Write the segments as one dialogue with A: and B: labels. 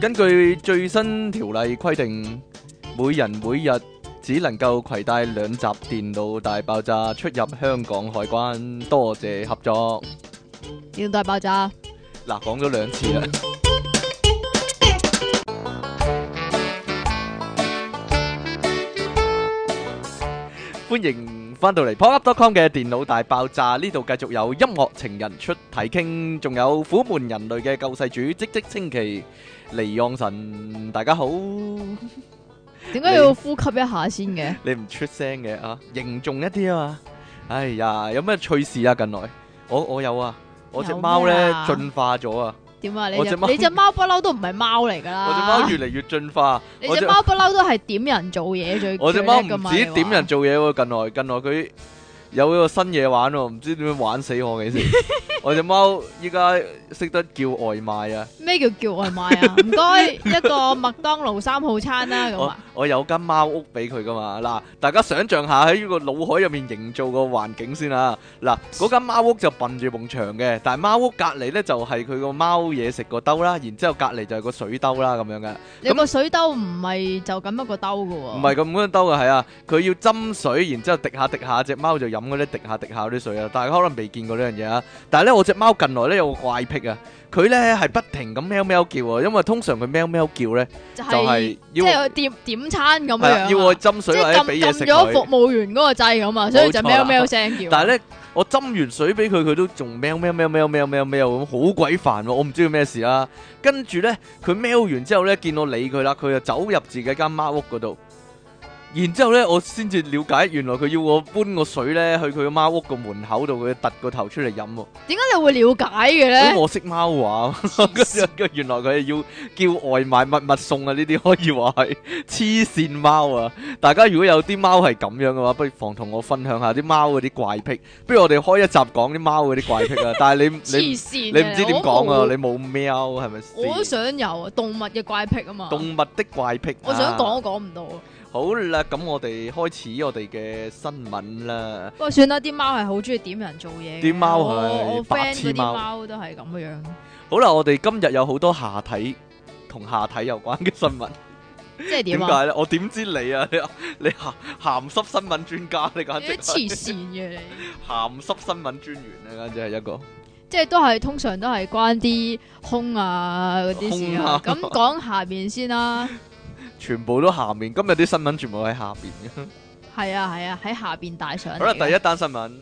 A: 根據最新條例規定，每人每日只能夠攜帶兩集《電腦大爆炸》出入香港海關。多謝合作。
B: 電腦大爆炸，
A: 嗱，講咗兩次啦。歡迎翻到嚟 popup.com 嘅電腦大爆炸，呢度繼續有音樂情人出體傾，仲有苦悶人類嘅救世主，即即稱其離岸神。大家好，你
B: 點解要呼吸一下先嘅？
A: 唔出聲嘅啊，凝重一啲啊嘛。哎呀，有咩趣事啊？近來我我有啊，我隻
B: 有咩
A: 貓咧
B: 啊
A: 進化咗啊，
B: 點啊？你
A: 我
B: 隻
A: 隻貓
B: 你隻貓不嬲都唔係貓嚟噶
A: 我隻貓
B: 啦，
A: 越嚟越進化。
B: 你
A: 我
B: 隻
A: 隻
B: 貓不嬲都係點人做嘢 最
A: 我隻
B: 最
A: 貓
B: 叻㗎
A: 唔
B: 嘛
A: 止
B: 你話
A: 點人做嘢喎，近來近來佢有一個新嘢玩喎，唔知點樣玩死我幾 時。我隻貓依家識得叫外賣啊！
B: 咩叫叫外賣 啊？唔該一個麥當勞三號餐啦咁
A: 我
B: 啊！
A: 我有間貓屋俾佢噶嘛，嗱，大家想象下喺呢個腦海入面營造個環境先啊！嗱，嗰間貓屋就笨住埲牆嘅，但係貓屋隔離呢就係佢個貓嘢食個兜啦，然之後隔離就係個水兜啦咁樣嘅。
B: 你個水兜唔係就咁一個兜噶喎，
A: 唔係咁樣兜嘅，係啊，佢要斟水，然之後滴下滴下，只貓就飲嗰啲滴下滴下嗰啲水啊。大家可能未見過呢樣嘢啊。但係咧，我只貓近來咧有個怪癖啊，佢咧係不停咁喵喵叫啊，因為通常佢喵喵叫咧
B: 就
A: 就
B: 係
A: 係
B: 即
A: 要
B: 係點點餐咁
A: 係
B: 樣
A: 啊
B: 啊，
A: 要我斟
B: 即
A: 水或
B: 係
A: 者
B: 撳
A: 俾嘢
B: 撳
A: 食
B: 咗服
A: 佢。
B: 務員嗰個掣咁啊，所以就
A: 冇錯啦
B: 喵喵聲叫。
A: 但係咧，我斟完水俾佢，佢都仲喵喵喵喵喵喵喵咁，好鬼煩喎！我唔知佢咩事啦。跟住咧，佢喵完之後咧，見我理佢啦，佢就走入自己間貓屋嗰度。然之後咧，我先至了解，原來佢要我搬個水咧去佢個貓屋個門口度，佢突個頭出嚟飲喎。
B: 點解你會了解嘅
A: 咁
B: 咧？
A: 我識貓啊話， 跟住跟住原來佢係要叫外賣密密送啊！呢啲可以話係黐線貓啊！大家如果有啲貓係咁樣嘅話，不妨同我分享下啲貓嗰啲怪癖。不如我哋開一集講啲貓嗰啲怪癖啊！但係你
B: 黐
A: 你
B: 線嘅，
A: 你唔知點講啊！
B: 我冇
A: 你冇喵係咪先？
B: 我都想有啊，動物嘅怪癖啊嘛。
A: 動物啊的怪癖、
B: 我想講。都講唔到啊。
A: 好啦，咁我哋開始我哋嘅新聞啦。
B: 不過算啦，啲貓係好中意點人做嘢嘅。
A: 啲貓係
B: 我我
A: 白
B: friend
A: 痴
B: 嗰啲
A: 貓
B: 貓都係咁嘅樣，
A: 好啦，我哋今日有好多下體同下體有關嘅新聞。
B: 即
A: 點
B: 係點啊？
A: 解咧？我點知你啊？ 你你鹹鹹濕新聞專家，你簡
B: 你都
A: 直
B: 黐
A: 係
B: 線嘅你，
A: 鹹濕新聞專員啊！簡直係一個
B: 即係都係通常都係關啲胸啊嗰啲事啊。
A: 胸啊
B: 咁講下面先啦，
A: 全部都下面。今日啲新聞全部喺下邊嘅。
B: 係啊係啊，喺下邊帶上嚟嘅。
A: 好啦，第一單新聞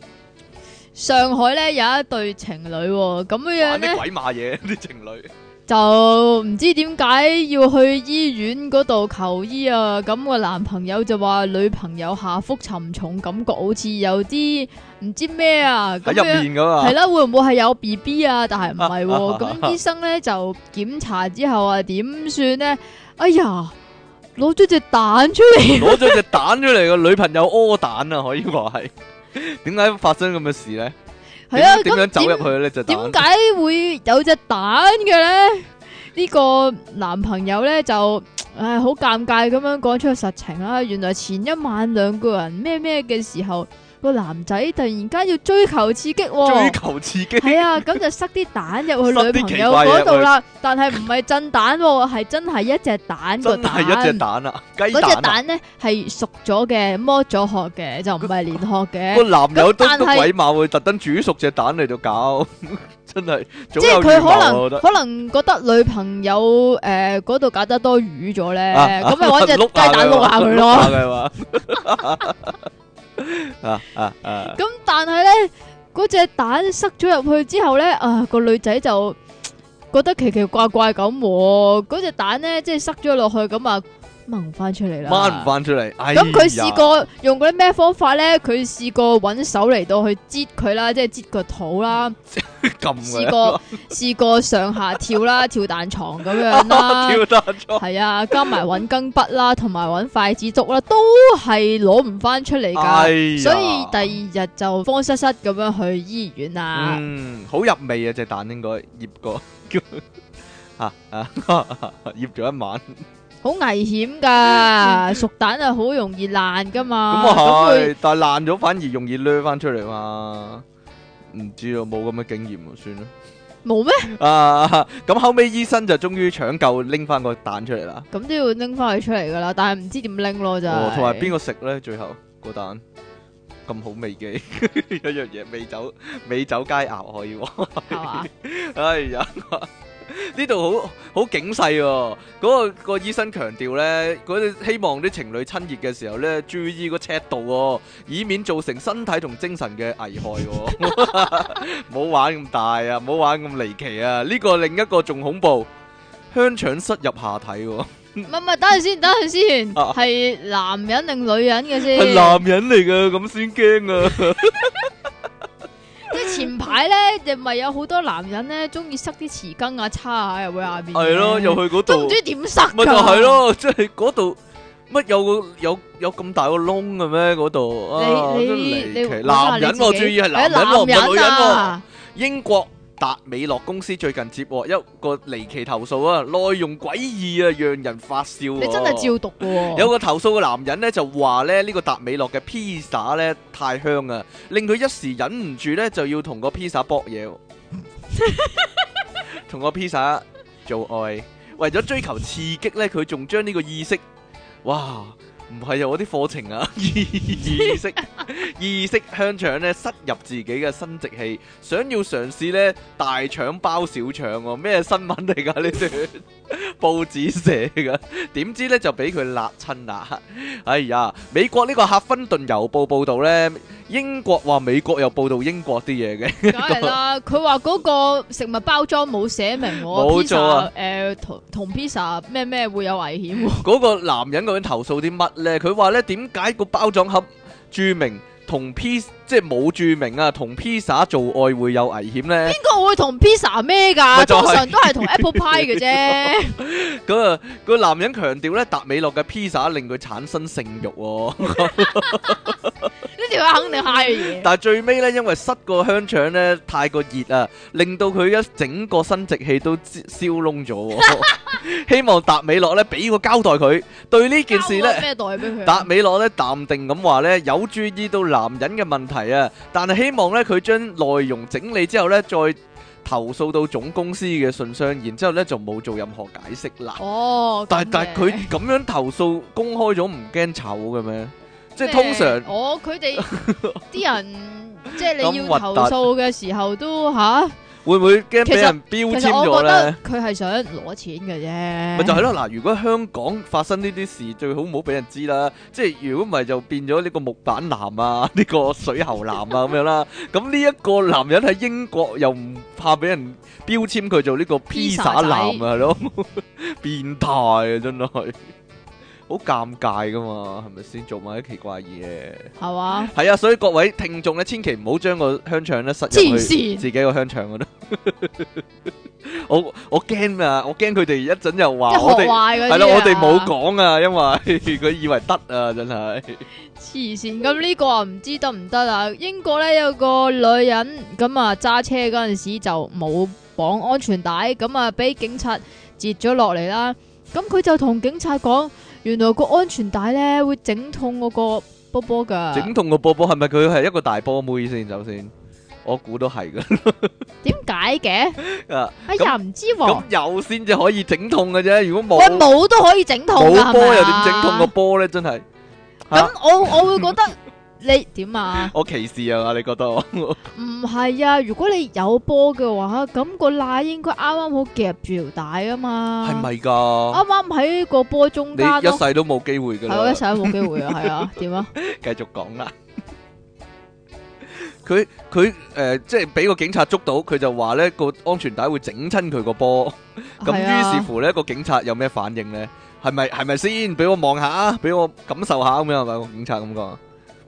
B: 上海咧有一對情侶喎，咁樣樣
A: 玩
B: 咧
A: 啲。鬼馬嘢， 啲情侶
B: 就唔知點解要去醫院嗰度求醫啊！咁個男朋友就話女朋友下腹沉重，感覺好似有啲唔知咩啊咁
A: 喺入
B: 樣。
A: 面噶嘛
B: 係。啦，會唔會係有 B B 啊？但係唔係喎，
A: 啊
B: 咁醫生咧就檢查之 後啊，點算呢？哎呀，攞咗隻蛋出 嚟，
A: 攞咗隻蛋出嚟個女朋友屙蛋啊，可以話係。 點解發生咁嘅事咧？
B: 係啊，
A: 點點樣
B: 咁
A: 走入
B: 點
A: 去咧？隻蛋
B: 點解會有隻蛋嘅咧？呢、個男朋友咧就唉好尷尬咁樣講出實情啦。原來前一晚兩個人咩咩嘅時候，個男仔突然間要追求刺激、
A: 追
B: 喎。
A: 求刺激，
B: 係啊，咁就塞啲蛋入去
A: 塞
B: 女
A: 啲
B: 朋
A: 奇
B: 友
A: 怪嘢入
B: 嗰度啦，但係唔係震蛋、喎，係真係一隻蛋個
A: 真
B: 蛋。
A: 係一隻蛋啊！雞
B: 嗰隻
A: 蛋啊！
B: 蛋咧係熟咗嘅，剝咗殼嘅，就唔係連殼嘅。
A: 個男友都
B: 咁但
A: 都
B: 係
A: 鬼馬會特登煮熟隻蛋嚟到 搞，真係
B: 即
A: 早
B: 係
A: 有
B: 佢
A: 預謀
B: 可
A: 啊我覺
B: 能
A: 得
B: 可能覺得女朋友誒嗰度搞得多魚咗咧，
A: 啊
B: 咁咪 揾隻雞
A: 碌下
B: 蛋
A: 佢
B: 碌下佢咯。
A: 咯， 係嘛？啊啊啊！
B: 咁但係咧，嗰隻蛋塞咗入去之後咧，啊個女仔就覺得奇奇怪怪咁喎，嗰隻蛋咧即係塞咗落去咁啊，掹唔翻出嚟啦。
A: 掹唔翻出嚟，哎呀
B: 咁佢試過用嗰啲咩方法咧？佢試過揾手嚟到去擠佢啦，即係擠個肚啦，
A: 撳
B: 試
A: 嘅，
B: 過試過上下跳啦，跳彈床咁樣 啦。
A: 跳彈 咗，
B: 系啊，加埋揾羹筆啦，同埋揾筷子竹啦，都係攞唔翻出嚟
A: 哎
B: 噶。
A: 呀
B: 所以第二日就慌失失咁樣去醫院啊啦。
A: 嗯，好入味啊！隻蛋應該醃 過，叫啊 啊，醃咗一晚，
B: 好危險 噶，熟蛋啊好容易爛噶嘛。
A: 咁啊
B: 佢
A: 係，但係爛咗反而容易掠翻出嚟嘛。唔知啊，冇咁嘅經驗啊，算啦。
B: 冇咩？
A: 啊，咁後尾醫生就終於搶救拎翻個蛋出嚟啦。
B: 咁都要拎翻佢出嚟噶啦，但係唔知點拎咯就
A: 哦，
B: 係。
A: 同埋邊個食咧？最後個蛋咁好味嘅 一樣嘢，美酒美酒佳肴可以話。
B: 係嘛？
A: 哎呀，呢度好好警世喎、嗰、個個醫生強調咧，嗰啲希望啲情侶親熱嘅時候咧，注意個尺度喎、以免造成身體同精神嘅危害喎、 唔好玩咁大啊，唔好玩咁離奇啊！呢、個另一個仲恐怖，香腸塞入下體喎、
B: 唔係唔係，等陣先，等陣先，
A: 啊
B: 係男人定女人嘅先？
A: 係男人嚟㗎，咁先驚啊！
B: 即係前排咧，就咪有好多男人咧，中意塞啲匙羹啊、叉下入去下边。
A: 係咯，又去嗰
B: 都唔
A: 度，
B: 知點塞㗎。
A: 咪就係 咯，即係嗰度。乜有個有有咁大個窿嘅咩？嗰度啊，
B: 你
A: 真
B: 你你
A: 離奇
B: 揾下
A: 男
B: 你
A: 人
B: 自己
A: 我注意係男人
B: 係
A: 喎，唔係女人喎。
B: 啊，
A: 英國達美樂公司最近接獲一個離奇投訴啊，內容詭異啊，讓人發笑喎。
B: 你真係照讀嘅喎。
A: 有個投訴嘅男人呢，就話咧呢、個達美樂嘅披薩呢太香啊，令佢一時忍唔住呢，就要同個披薩搏嘢喎，同個披薩做愛。為咗追求刺激呢，佢仲將呢個意識，哇！唔係啊！我啲課程啊， 意識意識香腸呢塞入自己嘅生殖器，想要嘗試呢大腸包小腸喎、咩新聞嚟㗎呢 段報紙寫㗎。點知咧就俾佢辣親啦！ 哎呀，美國呢個《客芬頓郵報》報導咧，英國話美國又報導英國啲嘢嘅，
B: 梗係啦，佢話嗰個食物包裝冇寫明
A: 冇
B: 喎，
A: 錯啊
B: 誒同同 pizza 咩咩會有危險喎，
A: 嗰個男人究竟投訴啲乜咧？佢話咧點解個包裝盒註明同 P 即係冇註明啊，同 pizza 做愛會有危險咧？
B: 邊個會同 pizza 咩㗎？
A: 咪就係
B: 通常都 係同 apple pie 嘅啫，
A: 咁啊，個男人強調咧，達美樂嘅 pizza 令佢產生性慾喎、
B: 呢條友肯定嗨嘢。
A: 但係最尾咧，因為塞個香腸咧太過熱啊，令到佢一整個生殖器都燒窿 咗喎。希望達美樂咧俾個交代佢對呢件事
B: 交個
A: 咧。
B: 咩袋俾佢啊？
A: 達美樂咧淡定咁話咧，有注意到男人嘅問題啊，但係希望咧佢將內容整理之後咧，再投訴到總公司嘅信箱，然之後咧就冇做任何解釋啦。
B: 哦，
A: 但
B: 咁
A: 但係
B: 嘅
A: 佢咁樣投訴公開咗，唔驚醜嘅咩？即係通常
B: 咩。哦，佢哋 啲人即係你
A: 咁核
B: 要
A: 突
B: 投訴嘅時候都吓，
A: 會唔會驚俾
B: 其實
A: 人標
B: 其
A: 籤
B: 實
A: 咗
B: 我覺
A: 咧
B: 得？佢係想攞錢嘅啫。
A: 咪就係咯，嗱，如果香港發生呢啲事，最好唔好俾人知啦。即係如果唔係就變咗呢個木板男啊，呢、個水喉男啊咁樣 啦。咁呢一個男人喺英國又唔怕俾人標籤佢做呢個披薩男啊，係咯， 變態啊真係，好尷尬噶嘛，係咪先做埋啲奇怪嘢？
B: 係嘛？
A: 係啊，所以各位聽眾咧，千祈唔好將個香腸咧塞入
B: 黐
A: 去
B: 線。
A: 自己個香腸嗰度。 我我驚啊！我驚佢哋一陣又話啊我
B: 即係
A: 哋
B: 學。壞嗰啲
A: 系啦，
B: 啊
A: 我哋冇講啊，因為佢以為得啊，真係
B: 黐線，咁呢個啊唔知得唔得啊？英國咧有個女人咁啊揸車嗰陣時就冇綁安全帶，咁啊俾警察截咗落嚟啦。咁佢就同警察講，原來個安全帶咧會整痛嗰個波波噶。
A: 整痛個波波係咪佢係一個大波妹先？首先，我估都係 噶。
B: 點解嘅？
A: 啊
B: 哎呀，唔知喎、
A: 咁有先至可以整痛嘅啫，如果
B: 喂，
A: 冇
B: 冇都可以整痛㗎
A: 冇波又
B: 係咪
A: 點
B: 啊
A: 整痛個波咧？真係
B: 咁我我會覺得你點啊？
A: 我歧視啊！你覺得我
B: 唔係啊，如果你有波嘅話，咁、個罅應該啱啱好夾住條帶啊嘛。
A: 係咪㗎？
B: 啱啱喺個波中
A: 你
B: 間
A: 一
B: 咯，
A: 世都冇機會㗎
B: 係我
A: 啦
B: 一世。都冇機會啊，係啊，點啊？
A: 繼續講啦。佢佢誒，即係俾個警察捉到，佢就話咧個安全帶會整親佢個波。 咁
B: 係
A: 於
B: 啊
A: 是乎咧，個警察有咩反應咧？係咪係咪先？俾我望下啊，俾我感受下咁樣係咪？個警察咁講。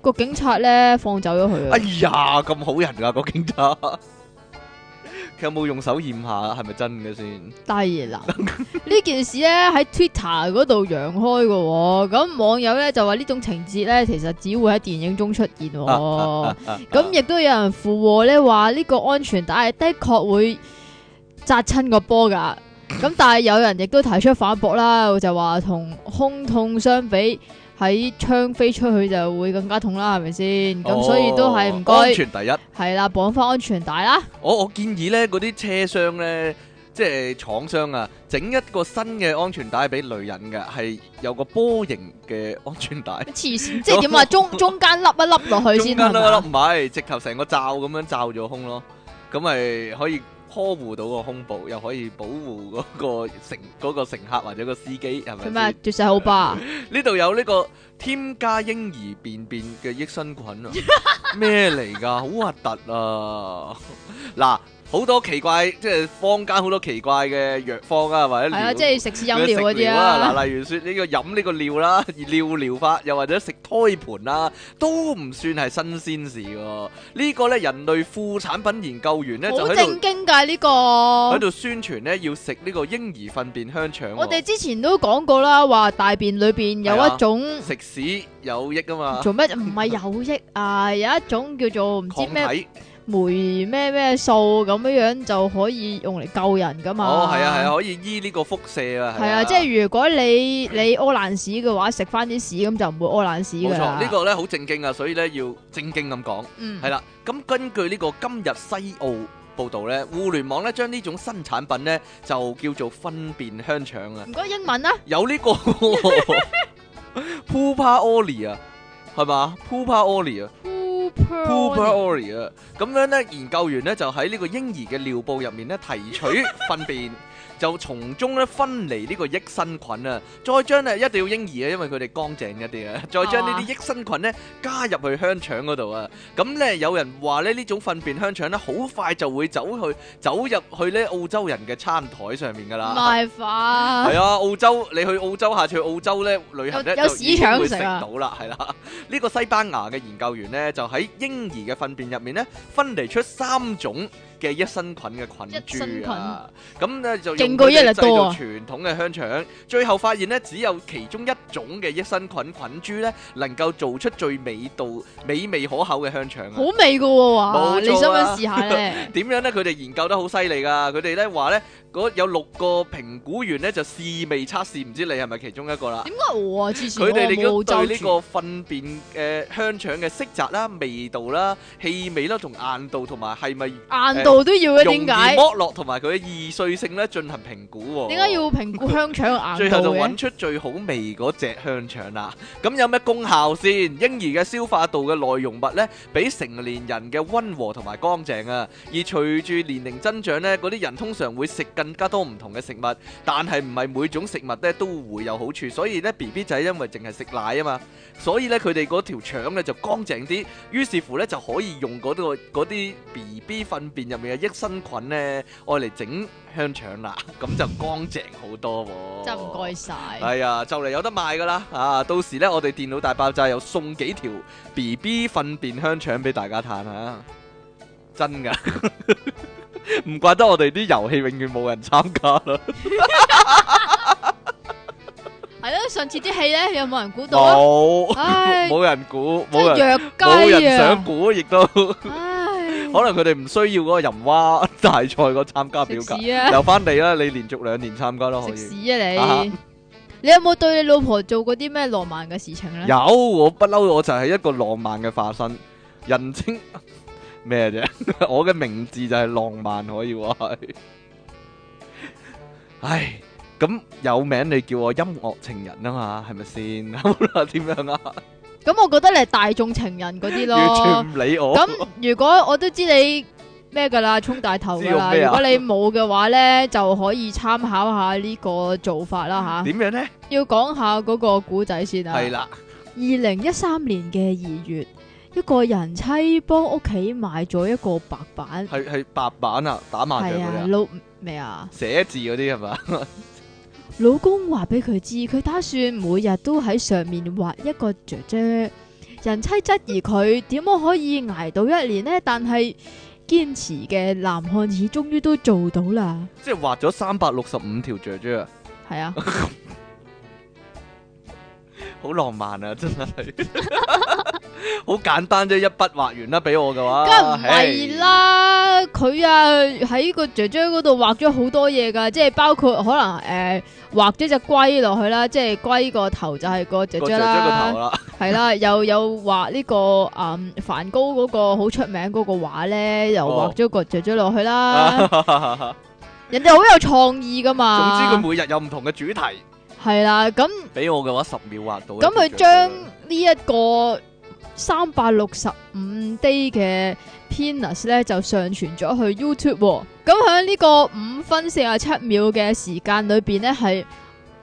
B: 個警察咧放走咗佢
A: 哎
B: 啊，
A: 呀，咁好人噶個警察。 佢有冇用手驗下係咪真嘅先？
B: 低啦！呢件事咧喺 Twitter 嗰度揚開嘅喎，咁網友咧就話呢種情節咧其實只會喺電影中出現喎，咁亦都有人附和咧話呢個安全帶係的確會扎親個波㗎。咁但係有人亦都提出反駁啦，就話同胸痛相比，喺槍飛出去就會更加痛啦，係咪先？嗯咁所以都係唔
A: 哦
B: 該
A: 安，全第一。
B: 係啦，綁翻安全帶啦，
A: 我我建議咧，嗰啲車廂咧，即係廠商啊，整一個新嘅安全帶俾女人嘅，係有個波形嘅安全帶，
B: 黐線，即係點啊？中中間凹一凹落去
A: 中
B: 先
A: 間
B: 係
A: 啦，
B: 嘛
A: 唔係直頭成個罩咁樣罩咗胸咯，咁咪可以呵護到個胸部，又可以保護嗰個乘嗰個乘客或者個司機，係咪
B: 做
A: 先？
B: 咩？絕世好 啊吧？
A: 呢度有呢個添加嬰兒便便嘅益生菌 啊，咩嚟㗎？好核突啊！嗱，好多奇怪，即係坊間好多奇怪嘅藥方啊，或者
B: 係啊，
A: 料
B: 即係食肆飲
A: 或者
B: 料嗰
A: 食
B: 啲
A: 療
B: 啊，
A: 啊，嗱，例如說呢個飲呢個尿啦， 尿療法，又或者食胎盤啦，都唔算係新鮮事喎。呢個呢，人類副產品研究員呢，就
B: 好
A: 喺度
B: 正經㗎呢個。
A: 喺度宣傳呢，要食呢個嬰兒糞便香腸喎，
B: 我哋之前都講過啦，話大便裏邊有
A: 係啊
B: 一種
A: 食屎有益啊嘛，
B: 做咩唔係有益啊，有一種叫做唔知
A: 抗
B: 咩
A: 體。
B: 酶咩咩素咁樣樣就可以用嚟救人噶嘛。
A: 哦，係啊，係啊，可以醫呢個輻射啊，
B: 係啊，即係如果你你屙爛屎嘅話，食翻啲屎咁就唔會屙爛屎
A: 冇
B: 噶
A: 錯，
B: 啦。
A: 呢個咧好正經啊，所以咧要正經咁講，
B: 嗯
A: 係啦。咁根據呢個今日西澳報導咧，互聯網咧將呢種新產品咧就叫做糞便香腸 啊，
B: 唔該英文啦，
A: 有呢個 Pupa Oli 啊，係嘛？Pupa Oli 啊。Pooper
B: Pooper
A: Ori 啊，咁樣咧，研究員咧就喺呢個嬰兒嘅尿布入面咧提取糞便， 就從中咧分離呢個益生菌啊，再將咧一定要嬰兒啊，因為佢哋乾淨一啲啊，再將呢啲益生菌咧加入去香腸嗰度啊，咁咧有人話咧呢種糞便香腸咧好快就會走去走入去咧澳洲人嘅餐台上面噶啦。
B: 賣法
A: 係啊，澳洲你去澳洲，下次去澳洲咧旅行咧
B: 有有
A: 就已經
B: 市場
A: 會
B: 食啊
A: 到啦，係啦。 呢個西班牙嘅研究員咧，就喺嬰兒嘅糞便入面咧，分離出三種嘅益生菌嘅
B: 益生
A: 菌
B: 菌
A: 株啊。咁咧就
B: 勁過一日
A: 用佢哋製
B: 多
A: 造
B: 啊
A: 傳統嘅香腸，最後發現咧，只有其中一種嘅益生菌菌株咧，能夠做出最美道、美味可口嘅香腸啊
B: 好。味噶喎，哇
A: 冇錯啊？
B: 你想唔想試下咧
A: 點樣咧？佢哋研究得好犀利噶，佢哋咧話咧，嗰有六個評估員咧就試味測試，唔知你係咪其中一個啦？
B: 點解我啊之前
A: 佢
B: 我
A: 哋亦
B: 冇澳
A: 都對
B: 洲
A: 呢
B: 住？
A: 個糞便嘅香腸嘅色澤啦、味道啦、氣味啦、同硬度同埋係咪
B: 硬度都要嘅，
A: 容易
B: 點解？
A: 剝落同埋佢嘅易碎性咧進行評估喎。
B: 點解要評估香腸 嘅
A: 最
B: 硬
A: 後就
B: 度
A: 揾
B: 嘅？
A: 出最好味嗰只香腸啦。咁有咩功效先？嬰兒嘅消化道嘅內容物呢，比成年人嘅温和同埋乾淨啊。而隨住年齡增長呢，嗰啲人通常會食更加多唔同嘅食物，但係唔係每種食物呢都會有好處。所以呢 B B 仔因為淨係食奶啊嘛，所以呢，佢哋嗰條腸呢就乾淨啲，於是乎呢就可以用嗰、個嗰啲 B B 糞便入面嘅益生菌呢，愛嚟整香腸啦， 咁就乾淨好多喎、
B: 真係唔該晒。
A: 係啊，就嚟有得賣噶啦！啊，到時咧，我哋電腦大爆炸又送幾條 B B 糞便香腸俾大家嘆下，真噶！ 唔怪得我哋啲遊戲永遠冇人參加啦，
B: 係咯，上次啲戲咧有冇人估到啊？
A: 冇
B: 唉，
A: 冇人估，
B: 真
A: 冇人
B: 係
A: 冇
B: 弱雞
A: 人想
B: 啊！
A: 估，亦 都可
B: 唉，
A: 能佢哋唔需要嗰個人 蛙大賽個參加表
B: 食
A: 格，
B: 屎啊！
A: 留翻你啦！你連續兩年參加都可
B: 食
A: 以。
B: 屎啊
A: 啊
B: 你！你有冇對你老婆做過啲咩浪漫嘅事情咧？
A: 有我不嬲，我就係一個浪漫嘅化身，人 稱咩 啫？我嘅名字就係浪漫，可以話係。唉，咁有名你叫我音樂情人啊嘛，係咪 先？好啦，點樣啊？
B: 咁我覺得你係大眾情人嗰啲
A: 完
B: 咯。
A: 全唔理我。
B: 咁如果我都知你咩噶啦，衝大頭噶啦。
A: 知道咩
B: 如
A: 啊
B: 果你冇嘅話咧，就可以參考下呢個做法啦吓。
A: 嗯點樣咧？
B: 要講下嗰個古仔先啊。
A: 係啦，
B: 二零一三年嘅二月，一個人妻幫屋企買咗一個白板，
A: 係係白板啊，打麻雀
B: 係
A: 嗰
B: 啊
A: 啲啊，
B: 老咩啊？
A: 寫字嗰啲係嘛？
B: 老公話俾佢知，佢打算每日都喺上面畫一個雀雀。人妻質疑佢點樣可以捱到一年呢？但係堅持嘅男漢子終於都做到啦，
A: 即係畫咗三百六十五條雀雀啊，
B: 係啊，
A: 好浪漫啊，真係。 好簡單啫，一筆畫完啦，俾我嘅話，
B: 梗係唔係啦，佢啊喺個姐姐嗰度畫咗好多嘢㗎，即係包括可能诶、呃、畫咗只龜落去啦，即係龜個頭就係個姐
A: 個
B: 姐
A: 雀仔個
B: 啦
A: 頭，啊啦，
B: 係啦，又有畫呢、個嗯梵高嗰個好出名嗰個畫咧，又
A: 哦
B: 畫咗個姐姐落去 啦，啊人哋好有創意㗎嘛，
A: 總之佢每日有唔同嘅主題，
B: 係啦，咁
A: 俾我嘅話十秒畫到一隻雀仔啦。
B: 咁佢將呢一個三百六十五 day 嘅 penis 咧就上傳咗去 YouTube 喎、咁喺呢個五分四十七秒嘅時間裏邊咧係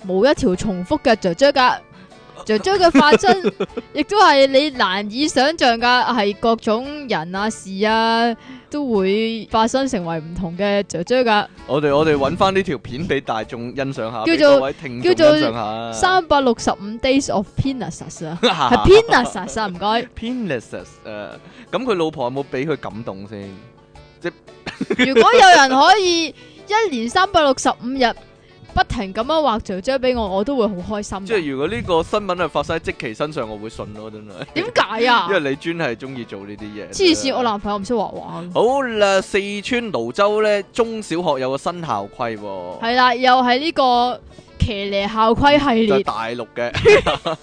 B: 冇一條重複嘅雀雀噶。雀雀嘅發生，亦都係你難以想象噶，係各種人啊事啊都會發生成為唔同嘅雀雀噶。
A: 我哋我哋揾翻呢條片俾大眾欣賞下，
B: 叫做
A: 俾各位聽眾
B: 叫做
A: 欣賞下。
B: 三百六十五 days of penises 啊，係
A: 係
B: penises 啊，唔該。
A: penises 誒，咁佢老婆有冇俾佢感動先？
B: 如果有人可以一年三百六十五日不停咁樣畫雀雀俾我，我都會好開心
A: 即
B: 㗎。
A: 係如果呢個新聞係發生喺積淇身上，我會信咯，真係，
B: 點解啊
A: 因？為你專係中意做呢啲嘢。
B: 黐線，我男朋友唔識畫畫㗎。
A: 好啦，四川瀘州呢，中小學有個新校規喎、
B: 係啦，又係呢個騎呢校規系
A: 就係
B: 列，
A: 大陸嘅。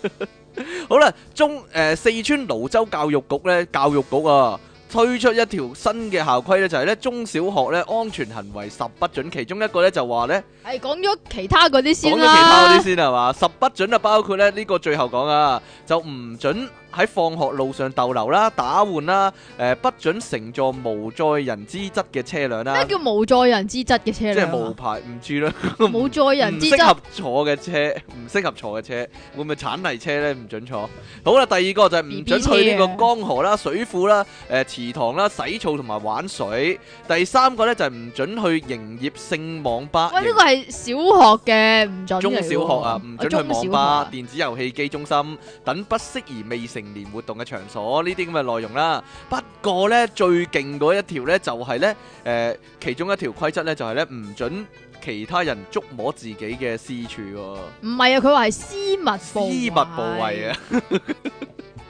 A: 好啦，中誒、呃四川瀘州教育局咧，教育局啊。推出一條新嘅校規咧，就係、呢咧中小學咧安全行為十不準，其中一個咧就話咧
B: 係講咗其他嗰啲
A: 講咗
B: 先
A: 其他嗰
B: 啦
A: 啲。先係嘛，十不準啊，包括咧呢、呢個最後講啊，就唔準喺放學路上逗留啦、打換啦、誒、不準乘坐無載人之質嘅車輛啦
B: 咩，叫無載人之質嘅車
A: 即係無
B: 輛
A: 牌唔知啦。
B: 啊？ 無載人之
A: 唔適
B: 質
A: 合坐嘅車，唔適合坐嘅車，會唔會鏟泥車咧？唔准坐。好啦，第二個就係唔
B: BB
A: 准去呢
B: 車啊
A: 個江河啦、水庫啦、誒、池塘啦、洗澡同埋玩水。第三個咧就係唔准去營業性網吧。
B: 喂，呢個係小學嘅唔準嚟喎
A: 中小學啊，唔准去網吧、
B: 啊中小學啊
A: 電子遊戲機中心等不適宜未成年活動嘅場所，呢啲咁嘅內容啦。不過呢，最勁嗰一條呢，就係呢，誒、其中一條規則呢，就係呢，唔准其他人觸摸自己嘅私處喎、
B: 唔係啊，佢話係私密部
A: 私密部位啊！！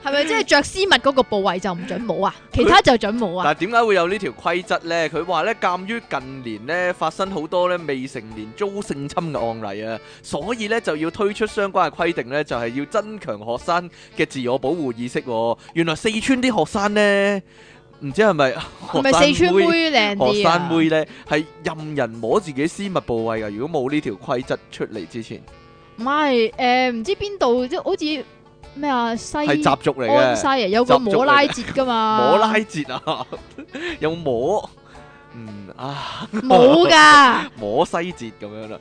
B: 係咪即係着絲襪嗰個部位就唔准冇啊？其他就准冇啊？
A: 但係點解會有呢條規則呢？佢話呢，鑑於近年呢發生好多呢未成年遭性侵嘅案例啊，所以呢就要推出相關嘅規定呢，就係、要增強學生嘅自我保護意識、喎。原來四川啲學生呢，唔知係咪
B: 係咪四
A: 學
B: 川
A: 生
B: 妹
A: 妹？
B: 靚
A: 學
B: 啲
A: 生
B: 啊？
A: 妹呢係任人摸自己私密部位㗎。如果冇呢條規則出嚟之前，
B: 唔係誒，唔知邊度即係好似咩啊西
A: 係習俗嚟
B: 安西
A: 嘅。
B: 啊，有個摩拉節噶嘛？
A: 摸拉節啊， 有摸，嗯啊，
B: 冇㗎，
A: 摸西節咁樣啦。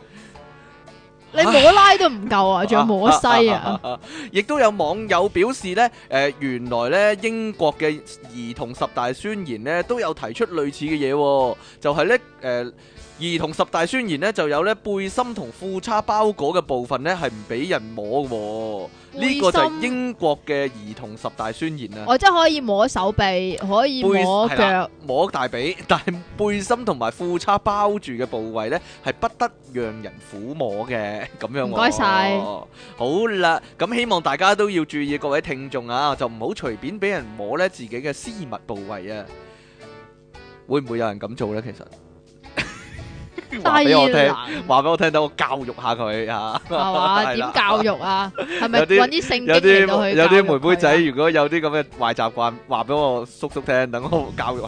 B: 你摩拉都唔夠啊，仲有摩西啊！
A: 亦都有網友表示呢，誒、原來呢英國嘅兒童十大宣言呢都有提出類似嘅嘢喎，就係呢，誒、兒童十大宣言呢就有呢背心同褲叉包裹嘅部分呢係唔俾人摸嘅喎，呢、個就係
B: 背心
A: 英國嘅兒童十大宣言啊。
B: 我哦真係可以摸手臂，可以
A: 背
B: 摸
A: 係啦
B: 腳，
A: 摸大髀，但係背心同埋褲叉包住嘅部位呢，係不得讓人撫摸嘅， 咁樣喎。
B: 唔該晒
A: 好啦，咁希望大家都要注意，各位聽眾啊，就唔好隨便俾人摸呢自己嘅私密部位啊。會唔會有人咁做呢？ 其實話俾我聽，話
B: 低能
A: 俾我聽，等我教育下佢啊。
B: 係 嘛？
A: 係啦
B: 點教育啊？係咪
A: 有啲
B: 揾啲聖經
A: 有啲
B: 嚟到去
A: 有
B: 教育
A: 啲妹妹仔，
B: 佢啊
A: 如果有啲咁嘅壞習慣，話俾我叔叔聽，等 我教育 下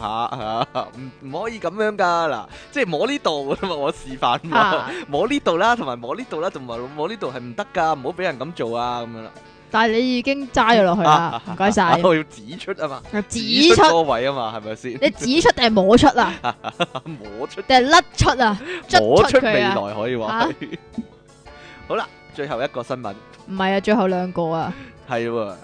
A: 嚇，唔唔可以咁樣噶嗱，即係摸呢 度咁啊，我示範嘛，
B: 啊
A: 摸呢度啦，同埋摸呢度啦，同埋摸呢度係唔得噶，唔好俾人咁做啊咁樣啦，
B: 但係你已經揸咗落去啦， 唔該晒。
A: 我要指出啊嘛，
B: 指出
A: 嗰個位啊嘛，係咪先？
B: 你指出定係摸出啊？
A: 摸出
B: 定係甩出 啊？
A: 摸出未
B: 捽佢啊？
A: 來可以 話係。好啦，最後一個新聞
B: 唔係啊，最後兩個啊。
A: 係喎，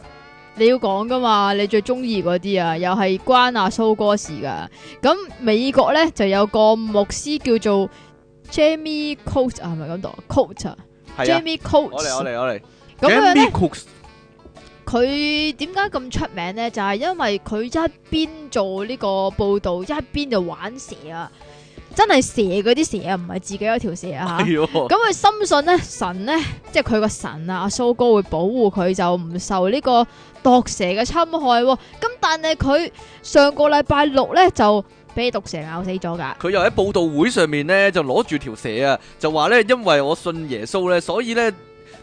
B: 你要講噶嘛？你最中意嗰啲啊，又係關阿蘇哥事噶。咁美國咧就有個牧師叫做 Jamie Coat 啊，係咪咁讀？Coat 啊
A: 係啊，
B: ，Jamie
A: 我嚟我
B: Coat。
A: 嚟我嚟
B: 咁樣咧，
A: Jamie Cooks
B: 佢點解咁出名咧？就係、因為佢一邊做呢個報導，一邊就玩蛇啊！真係蛇嗰啲蛇啊，唔係自己嗰條蛇 啊嚇。
A: 係喎
B: 咁佢深信咧，神咧，即係佢個神啊，阿蘇哥會保護佢，就唔受呢個毒蛇嘅侵害、喎。咁但係佢上個禮拜六咧就。俾毒蛇咬死咗噶。
A: 佢又喺報道會上面咧就攞住條蛇啊，就話咧因為我信耶穌咧，所以咧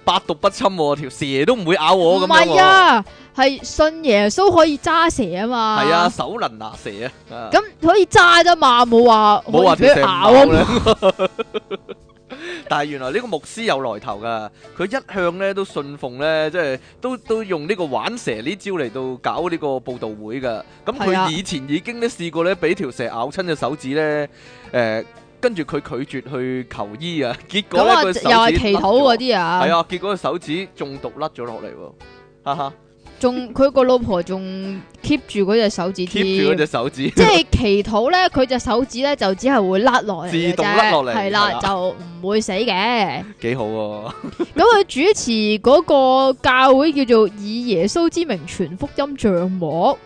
A: 百毒不侵喎，條蛇都唔會咬我咁
B: 唔
A: 樣
B: 係
A: 喎。
B: 啊，係信耶穌可以揸蛇啊嘛。
A: 係啊，，手能拿蛇啊，
B: 咁可以揸啫嘛，冇話
A: 冇
B: 可
A: 話
B: 以俾
A: 條蛇
B: 佢咬
A: 唔
B: 啊
A: 咬
B: 嘛。
A: 啦。 但係原來呢個牧師有來頭噶，佢一向咧都信奉咧，即係都都用呢個玩蛇呢招嚟到搞呢個報道會噶。咁
B: 係啊
A: 佢以前已經咧試過咧俾條蛇咬親隻手指咧，誒、跟住佢拒絕去求醫啊， 結果
B: 咁
A: 咧佢
B: 啊，又
A: 手指甩
B: 係祈禱嗰
A: 咗
B: 啲
A: 系
B: 啊，
A: 啊，結果佢手指中毒甩咗落嚟喎，哈哈
B: 仲佢個老婆仲 keep 住嗰隻手指
A: ，keep 住嗰
B: 添，
A: 隻手指，
B: 即係祈禱咧，佢隻手指咧就只係會甩落嚟嘅啫，
A: 自動甩落嚟
B: 係
A: 係
B: 啦，
A: 啦
B: 就唔會死嘅。
A: 幾好喎，
B: 咁佢主持嗰個教會叫做以耶穌之名傳福音帳幕，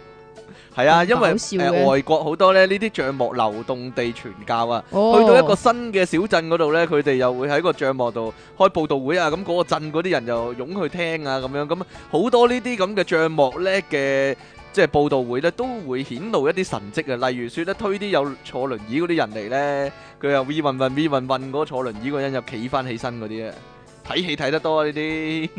A: 係啊，
B: 咁
A: 因為
B: 搞
A: 誒
B: 笑嘅
A: 外國好多咧呢啲帳幕流動地傳教啊，
B: 哦
A: 去到一個新嘅小鎮嗰度咧，佢哋又會喺個帳幕度開佈道會啊，咁嗰個鎮嗰啲人就湧去聽啊，咁樣咁好多呢啲咁嘅帳幕咧嘅。即係報道會咧，都會顯露一啲神跡啊！例如説咧，推啲有坐輪椅嗰啲人嚟咧，佢又 V 運運 V 運運嗰個坐輪椅嗰人又企翻起身嗰啲啊！睇戲睇得多啊呢 啲。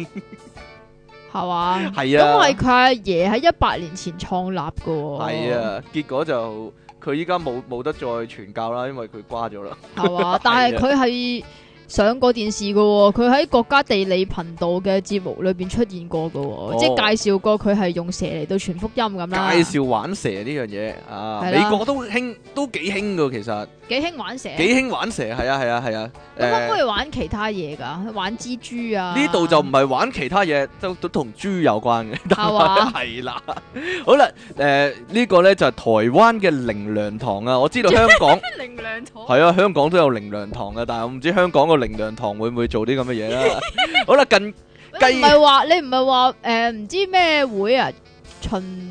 B: 係嘛？
A: 系
B: 因
A: 啊，
B: 為佢阿爺喺一百年前創立噶喎，
A: 系，啊，結果就佢依家冇冇得再傳教啦，因為佢瓜咗啦。
B: 係嘛？ 但係
A: 啊
B: 佢係上過電視噶喎，佢喺國家地理頻道嘅節目裏邊出現過噶喎，即係介紹過佢係用蛇嚟到傳福音咁啦。
A: 哦介紹玩蛇呢樣嘢啊，
B: 係
A: 美
B: 啦
A: 國都興都幾興噶，其實
B: 幾興玩蛇，
A: 幾
B: 咁
A: 興玩蛇，係啊係啊係啊。
B: 可唔可
A: 誒，
B: 以玩其他嘢㗎？玩蜘蛛啊？
A: 呢度就唔係玩其他嘢，都都同豬有關嘅，
B: 係嘛？
A: 係啦。好啦，誒呢個呢就係台灣嘅靈糧堂啊，我知道 香港。
B: 零兩坐
A: 係啊，香港都有靈糧堂嘅，但係我唔知香港個靈糧堂會唔會做啲咁嘅嘢 啦。好啦，近雞
B: 你唔係話你唔係話诶唔知咩會啊？ 巡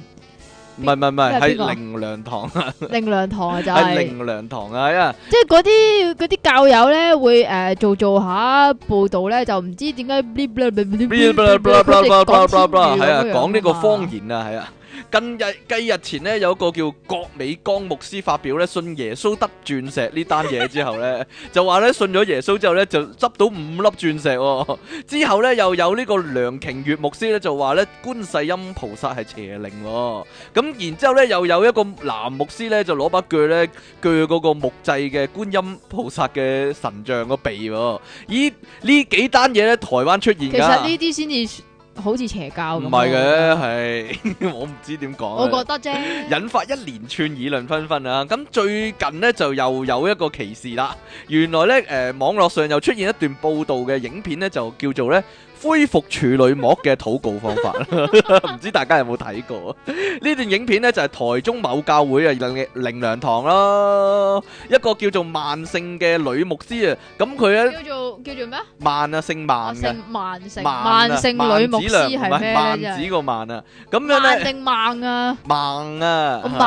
A: 唔係唔係唔係，
B: 邊
A: 係
B: 個
A: 靈糧堂。
B: 令量堂啊，就
A: 係
B: 係
A: 靈糧堂啊，因為
B: 即係嗰啲嗰啲教友咧會诶做做下報道咧，就唔知點解 blah blah blah blah blah blah blah blah blah blah blah blah
A: 係啊，
B: 咁樣
A: 講呢個
B: 㗎嘛
A: 方言啊，係啊。近日繼日前呢，有一個叫郭美江牧師發表咧信耶穌得鑽石呢單嘢之後呢， 就話咧信咗耶穌之後呢，就執到五粒鑽石、喎。 之後呢，又有呢個梁瓊月牧師呢，就話呢觀世音菩薩係邪靈、喎。咁然之後呢，又有一個男牧師呢，就攞把鋸呢，鋸嗰個木製嘅觀音菩薩嘅神像個鼻、喎。咦呢幾單嘢呢，台灣出現㗎。
B: 其實呢啲先至好似邪教咁。啊
A: 唔係， 嘅，係我唔知點講啊。
B: 我覺得啫。
A: 引發一連串議論紛紛啊！咁最近呢，就又有一個歧視啦。原來呢，誒、網絡上又出現一段報導嘅影片呢，就叫做呢恢復處女膜嘅禱告方法 啦。唔知大家有冇睇過？呢段影片呢，就係、台中某教會啊，靈靈糧堂啦，一個叫做萬聖嘅女牧師啊。咁佢咧
B: 叫做叫做咩啊？哦
A: 萬啊，姓
B: 萬
A: 萬嘅。
B: 聖萬聖
A: 萬
B: 萬
A: 啊
B: 聖女牧師
A: 萬子良唔
B: 係咩
A: 萬
B: 咧？真
A: 子
B: 係
A: 個萬啊，咁樣
B: 萬
A: 咧
B: 定孟啊？
A: 孟啊，
B: 孟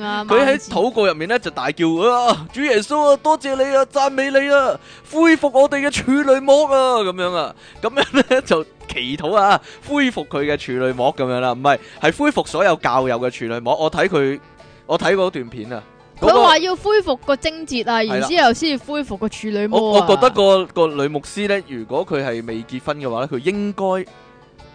B: 啊！
A: 佢喺
B: 孟子
A: 禱告入面咧就大叫啊，主耶穌啊，多謝你啊，讚美你啊，恢復我哋嘅處女膜啊，咁樣啊，咁樣咧就祈禱啊，恢復佢嘅處女膜咁樣啦，唔係係恢復所有教友嘅處女膜。我睇佢，我睇嗰段片啊，嗰
B: 佢
A: 個
B: 話要恢復個貞節
A: 啦
B: 啊，然之後先至恢復個處女
A: 我
B: 膜
A: 我
B: 啊。
A: 覺得個個女牧師咧，如果佢係未結婚嘅話咧，佢應該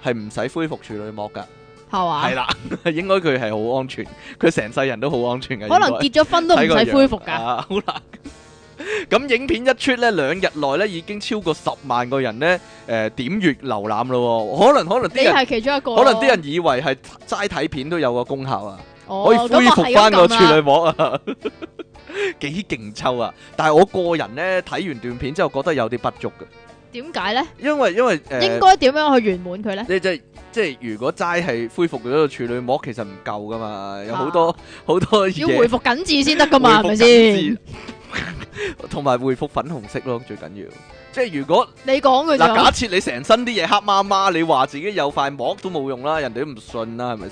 A: 係唔使恢復處女膜㗎。
B: 係嘛
A: 係，啦， 應該佢係好安全，佢成世人都好安全嘅。
B: 可能
A: 應該
B: 結咗婚都唔使
A: 睇個樣
B: 恢復㗎。
A: 啊好啦。 咁影片一出咧，兩日內咧已經超過十萬個人咧，誒、點閱瀏覽咯喎。可能可能
B: 你
A: 啲人，
B: 係其中一個咯，
A: 可能啲人以為係齋睇片都有個功效啊，
B: 哦
A: 可以恢復翻個處。
B: 咁啊係咁撳
A: 女
B: 啦
A: 膜啊， 幾勁抽啊！但係我個人咧睇完段片之後覺得有啲不足嘅，
B: 點解咧？
A: 因為因為誒，
B: 應該點樣去圓滿佢咧？
A: 你即係即係如果齋係恢復咗個處女膜，其實唔夠噶嘛，有好多 好、多嘢
B: 啊要回復緊致先得㗎嘛，係 咪
A: 回復
B: 先？
A: 緊致？同埋回復粉紅色咯，最緊要。即係如果
B: 你講嘅
A: 嗱，假
B: 咋？
A: 設你成身啲嘢黑麻麻，你話自己有塊膜都冇用啦，人哋都唔信啦，係咪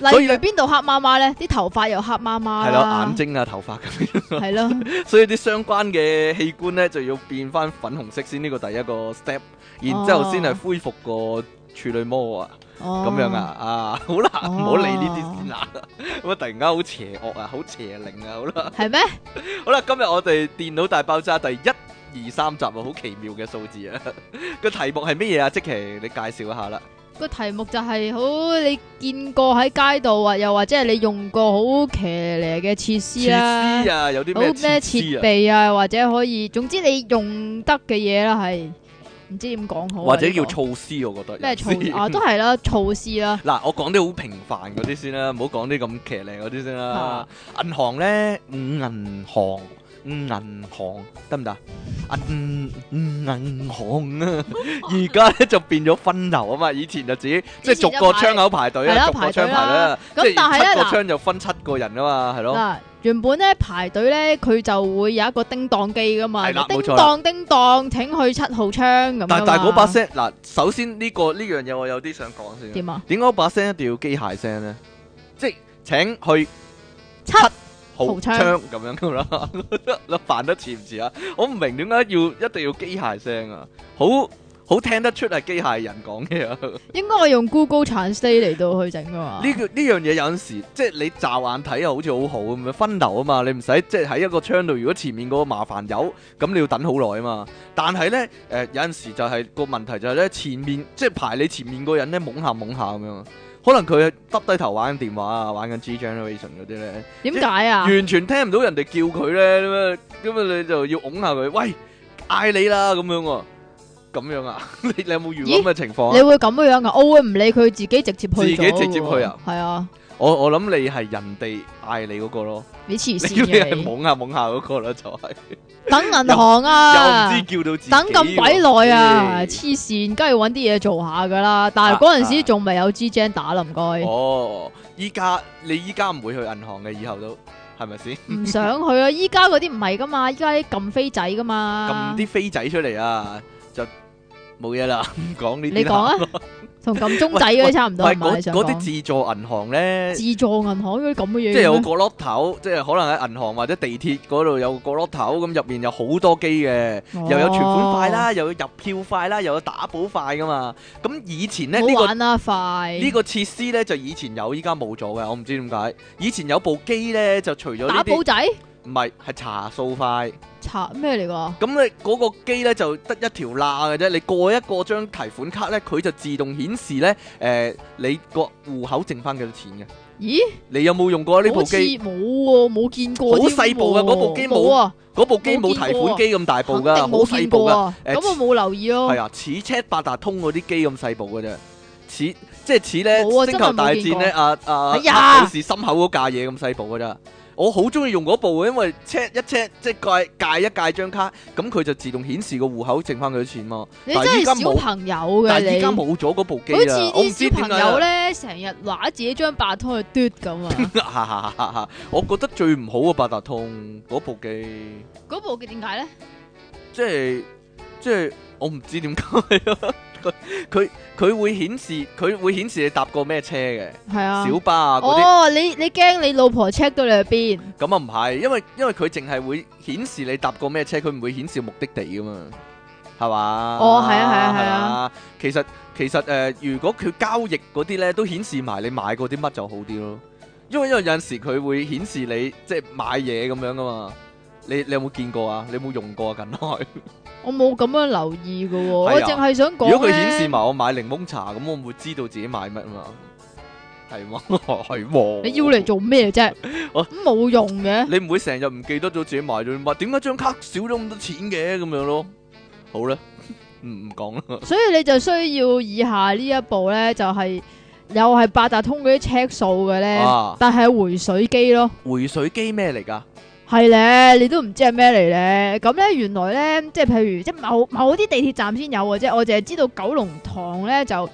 A: 先？所
B: 例
A: 以
B: 如
A: 咧
B: 邊度黑媽媽咧？啲頭髮又黑媽媽，
A: 係咯，眼，睛啊、頭髮咁樣，
B: 係咯，
A: 所以啲相關嘅器官咧就要變翻粉紅色先，呢個第一個 step，然之後先係恢復個處女魔啊，
B: 哦
A: 咁樣啊，，啊，好啦，唔好理呢啲先啦， 咁啊突然間好邪惡啊，好邪靈啊，好啦。
B: 係咩？
A: 好啦，今日我哋電腦大爆炸第一二三集啊，好奇妙嘅數字啊！ 個題目係乜嘢啊？即其你介紹一下啦。
B: 個題目就係好你見過喺街度啊，又或者係你用過好騎呢嘅設施啦
A: 設施，啊，有啲
B: 好
A: 咩
B: 咩
A: 設
B: 設
A: 施
B: 備啊，或者可以，總之你用得嘅嘢啦，係唔知點講好
A: 啊？
B: 啊，
A: 或者叫
B: 呢個
A: 措施，我覺得有
B: 咩措
A: 時
B: 啊，都係啦，措施啦，
A: 嗱，我講啲好平凡嗰啲先啦，唔好講啲咁騎呢嗰啲先啦
B: 啊。
A: 銀行咧，五銀行，五銀行得唔得？啊銀五銀行啊， 而家咧就變咗分流啊嘛，以前就自己即係逐個窗口排隊
B: 係
A: 啊，
B: 啦
A: 逐個窗排
B: 排隊
A: 啦
B: 啦，
A: 即
B: 咁但
A: 係
B: 係咧
A: 七個
B: 嗱
A: 窗就分七個人啊嘛，係咯，
B: 嗱，原本咧排隊咧，佢就會有一個叮當機噶嘛，
A: 係啦
B: 叮
A: 冇錯啦
B: 當叮當，請去七號窗咁。啊
A: 但但係嗰把，聲嗱，首先呢個呢樣嘢我有啲想講先，
B: 點啊？
A: 點解把聲一定要機械聲咧？即係請去。
B: 七
A: 好
B: 豪槍
A: 槍咁樣噶啦， 你扮得似唔似啊？我唔明點解要一定要機械聲啊？好好聽得出係機械人講嘢啊！呢
B: 應該我用 Google Translate 嚟到去整噶嘛？
A: 個呢樣嘢有陣時即係你乍眼睇又好似好好咁樣分流啊嘛，你唔使即係喺一個窗度，如果前面嗰個麻煩友咁，你要等好耐啊嘛。但係咧誒有陣時就係、個問題就係咧前面即係排你前面嗰人咧懵下懵下咁樣，可能佢係耷低頭玩緊電話啊，玩緊 G Generation 嗰啲咧。
B: 點解啊？
A: 完全聽唔到人哋叫佢咧，咁啊，咁啊，你就要拱下佢，喂，嗌你啦，咁樣喎，咁樣啊？ 你你有冇遇過咁嘅情況
B: 你
A: 啊？
B: 會咁樣啊？我會唔理佢，自己直接去咗
A: 自己直接去啊
B: 喎？係啊，
A: 我我諗你係人哋嗌你嗰個咯，
B: 你黐
A: 你
B: 線
A: 你係
B: 嘅你，
A: 懵下懵下嗰個啦，就係
B: 等銀行啊！
A: 又唔知叫到自己
B: 等咁鬼耐啊！
A: 喎
B: 黐線，梗係揾啲嘢做下噶啦。但係嗰陣時仲未有 G Gen 打啦，唔該。
A: 啊哦，依家你依家唔會去銀行嘅，以後都係咪先？
B: 唔想去啊！依家嗰啲唔係噶嘛，依家啲撳飛仔噶嘛
A: 撳。啲飛仔出嚟啊，就冇嘢啦， 唔講呢
B: 你
A: 啲
B: 講
A: 啦。
B: 啊，同撳鐘仔嗰啲差唔多
A: 喂
B: 係咪？
A: 嗰
B: 你想
A: 嗰啲
B: 講
A: 自助銀行咧。
B: 自助銀行嗰啲咁嘅嘢嘅咩，
A: 即係有個角落頭，即係可能喺銀行或者地鐵嗰度有個角落頭，咁入面有好多機嘅，
B: 哦
A: 又有存款快啦，又有入票快啦，又有打保快噶嘛。咁以前
B: 哦，
A: 咧呢、
B: 好
A: 個
B: 玩啦，快
A: 呢個設施咧就以前有，依家冇咗嘅，我唔知點解。以前有部機咧就除咗呢
B: 打
A: 啲
B: 寶，仔
A: 唔係係查數快。
B: 查咩嚟㗎？
A: 咁你嗰個機咧就得一條罅嘅啫，你過一個張提款卡咧，佢就自動顯示咧誒、你個戶口剩翻幾多錢嘅。
B: 咦，
A: 你有冇用過呢部
B: 好似
A: 機？
B: 冇喎，冇見過
A: 好
B: 添喎。
A: 細部㗎嗰部機冇
B: 冇啊，
A: 嗰部機冇
B: 冇
A: 提
B: 見啊
A: 款機咁大部
B: 肯定
A: 㗎，好
B: 冇
A: 細
B: 見
A: 部
B: 過
A: 㗎，
B: 啊。
A: 誒
B: 咁我冇留意咯
A: 係。啊，似車八達通嗰啲機咁細部嘅啫，似即係似咧
B: 冇啊
A: 星球大
B: 真係冇
A: 戰
B: 見過
A: 咧，啊啊
B: 哎呀
A: 士心口嗰架嘢咁細部㗎咋。我好中意用嗰部嘅，因為 check 一 check 即係戒戒一戒張卡，咁佢就自動顯示個戶口剩翻幾多錢嘛。
B: 你
A: 但
B: 真
A: 係依家
B: 係
A: 冇
B: 小朋友嘅
A: 但係依
B: 你
A: 家。冇咗嗰部機
B: 啊好似
A: 啦，我唔
B: 啲
A: 知點
B: 小朋
A: 解
B: 友
A: 啊。
B: 咧，成日拿自己張白拖去嘟 咁啊！
A: 我覺得最唔好嘅八達通嗰部機。
B: 嗰部嘅點解咧？
A: 即係即係我唔知點解啊！佢佢佢會顯示佢會顯示你搭過咩車嘅、
B: 係啊。
A: 小巴啊嗰啲，
B: 哦，你你驚你老婆 check 到你去邊？
A: 咁啊唔係，因為因為佢淨係會顯示你搭過咩車，佢唔會顯示目的地噶嘛，係嘛？
B: 哦係啊係啊係啊
A: 係嘛。其實其實誒、呃如果佢交易嗰啲咧，都顯示埋你買過啲乜就好啲咯。因為因為有陣時佢會顯示你即係買嘢咁樣噶嘛。你你有冇見過啊？你有冇用過啊？近來？
B: 我冇咁樣留意噶喎，
A: 啊
B: 我淨係想講
A: 如果佢顯
B: 咧
A: 示埋我買檸檬茶，咁我唔會知道自己買乜啊嘛？係嘛？係喎。
B: 你要嚟？做 咩啫？
A: 我
B: 咁冇用嘅，
A: 你唔會成日唔記得咗自己買咗啲乜？點解張卡少咗咁多錢嘅？咁樣咯。好啦，唔唔講啦。
B: 所以你就需要以下呢一步咧，就係、又係八達通嗰啲 check 數嘅咧，
A: 啊，
B: 但係回水機咯。
A: 回水機咩嚟㗎？
B: 係咧，你都唔知係咩嚟咧。咁咧，原來咧，即係譬如即係某某啲地鐵站先有嘅啫。我淨係知道九龍塘咧就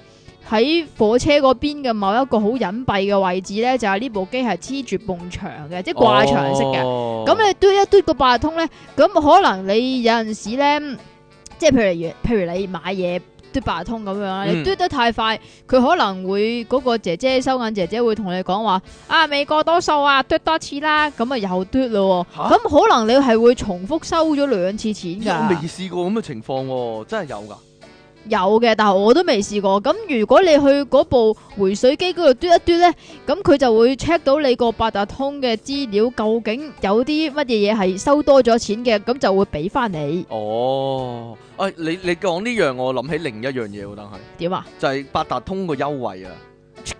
B: 喺火車嗰邊嘅某一個好隱蔽嘅位置咧，就係呢部機係黐住埲牆嘅，即係掛牆式嘅。
A: 哦
B: 咁你嘟一嘟個八達通咧，咁可能你有陣時咧，即係譬如譬如你買嘢嘟八達通咁樣啦，
A: 嗯
B: 你嘟得太快，佢可能會嗰、個姐姐收銀姐姐會同你講話啊，未過多數啊，嘟多次啦，咁啊又嘟咯
A: 吓
B: 喎，咁可能你係會重複收咗兩次錢
A: 咦我
B: 㗎
A: 未，試過咁嘅情況喎，真係有㗎。
B: 有嘅，但係我都未試過。咁如果你去嗰部回水機嗰度嘟一嘟咧，咁佢就會 check 到你個八達通嘅資料，究竟有啲乜嘢嘢係收多咗錢嘅，咁就會俾翻你。
A: 哦，哎，你你講呢樣，我諗起另一樣嘢喎，但係
B: 點啊？
A: 就係八達通個優惠啊。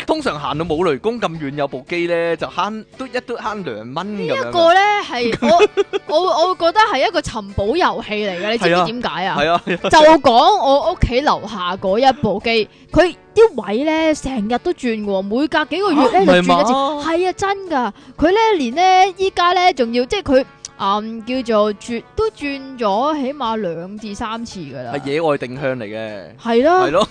A: 通常行到冇雷公咁遠有部機咧，就慳嘟一嘟慳兩蚊咁
B: 呢
A: 樣
B: 個咧係 我我我會覺得係一個尋寶遊戲嚟嘅，你知
A: 係
B: 唔
A: 啊
B: 知點解
A: 㗎。
B: 啊？
A: 係啊，
B: 就講我屋企樓下嗰一部機，佢啲位咧成日都轉嘅喎，每隔幾個月
A: 嚇
B: 咧
A: 唔係
B: 就轉一次。
A: 嘛
B: 係啊，真噶，佢咧連咧依家咧仲要，即係佢嗯叫做轉都轉咗起碼兩至三次噶啦
A: 係。野外定向嚟嘅，係
B: 係咯，
A: 咯，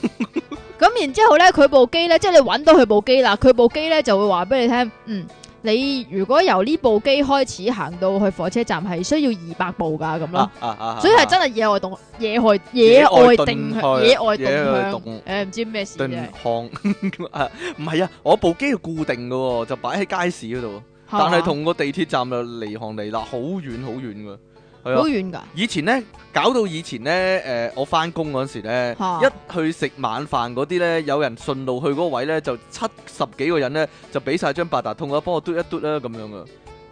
B: 咁然之後咧，佢部機咧，即係你揾到佢部機啦，佢部機咧就會話俾你聽，嗯，你如果由呢部機開始行到去火車站係需要二百步噶咁咯
A: 啊，啊啊，
B: 所以係真係野外動野外野外定向野外動
A: 野外
B: 向，
A: 動
B: 誒唔知咩事啫
A: 定，向 啊，唔係啊，我部機係固定嘅喎，就擺喺街市嗰度，但係同個地鐵站就離行離啦，好遠好遠㗎，係啊
B: 好。遠㗎，
A: 以前咧，搞到以前咧，誒、我翻工嗰陣時咧，
B: 嚇
A: 一去食晚飯嗰啲咧，有人順路去嗰個位咧，就七十幾個人咧，就俾晒張八達通啦，幫我嘟一嘟啦，咁樣噶，啊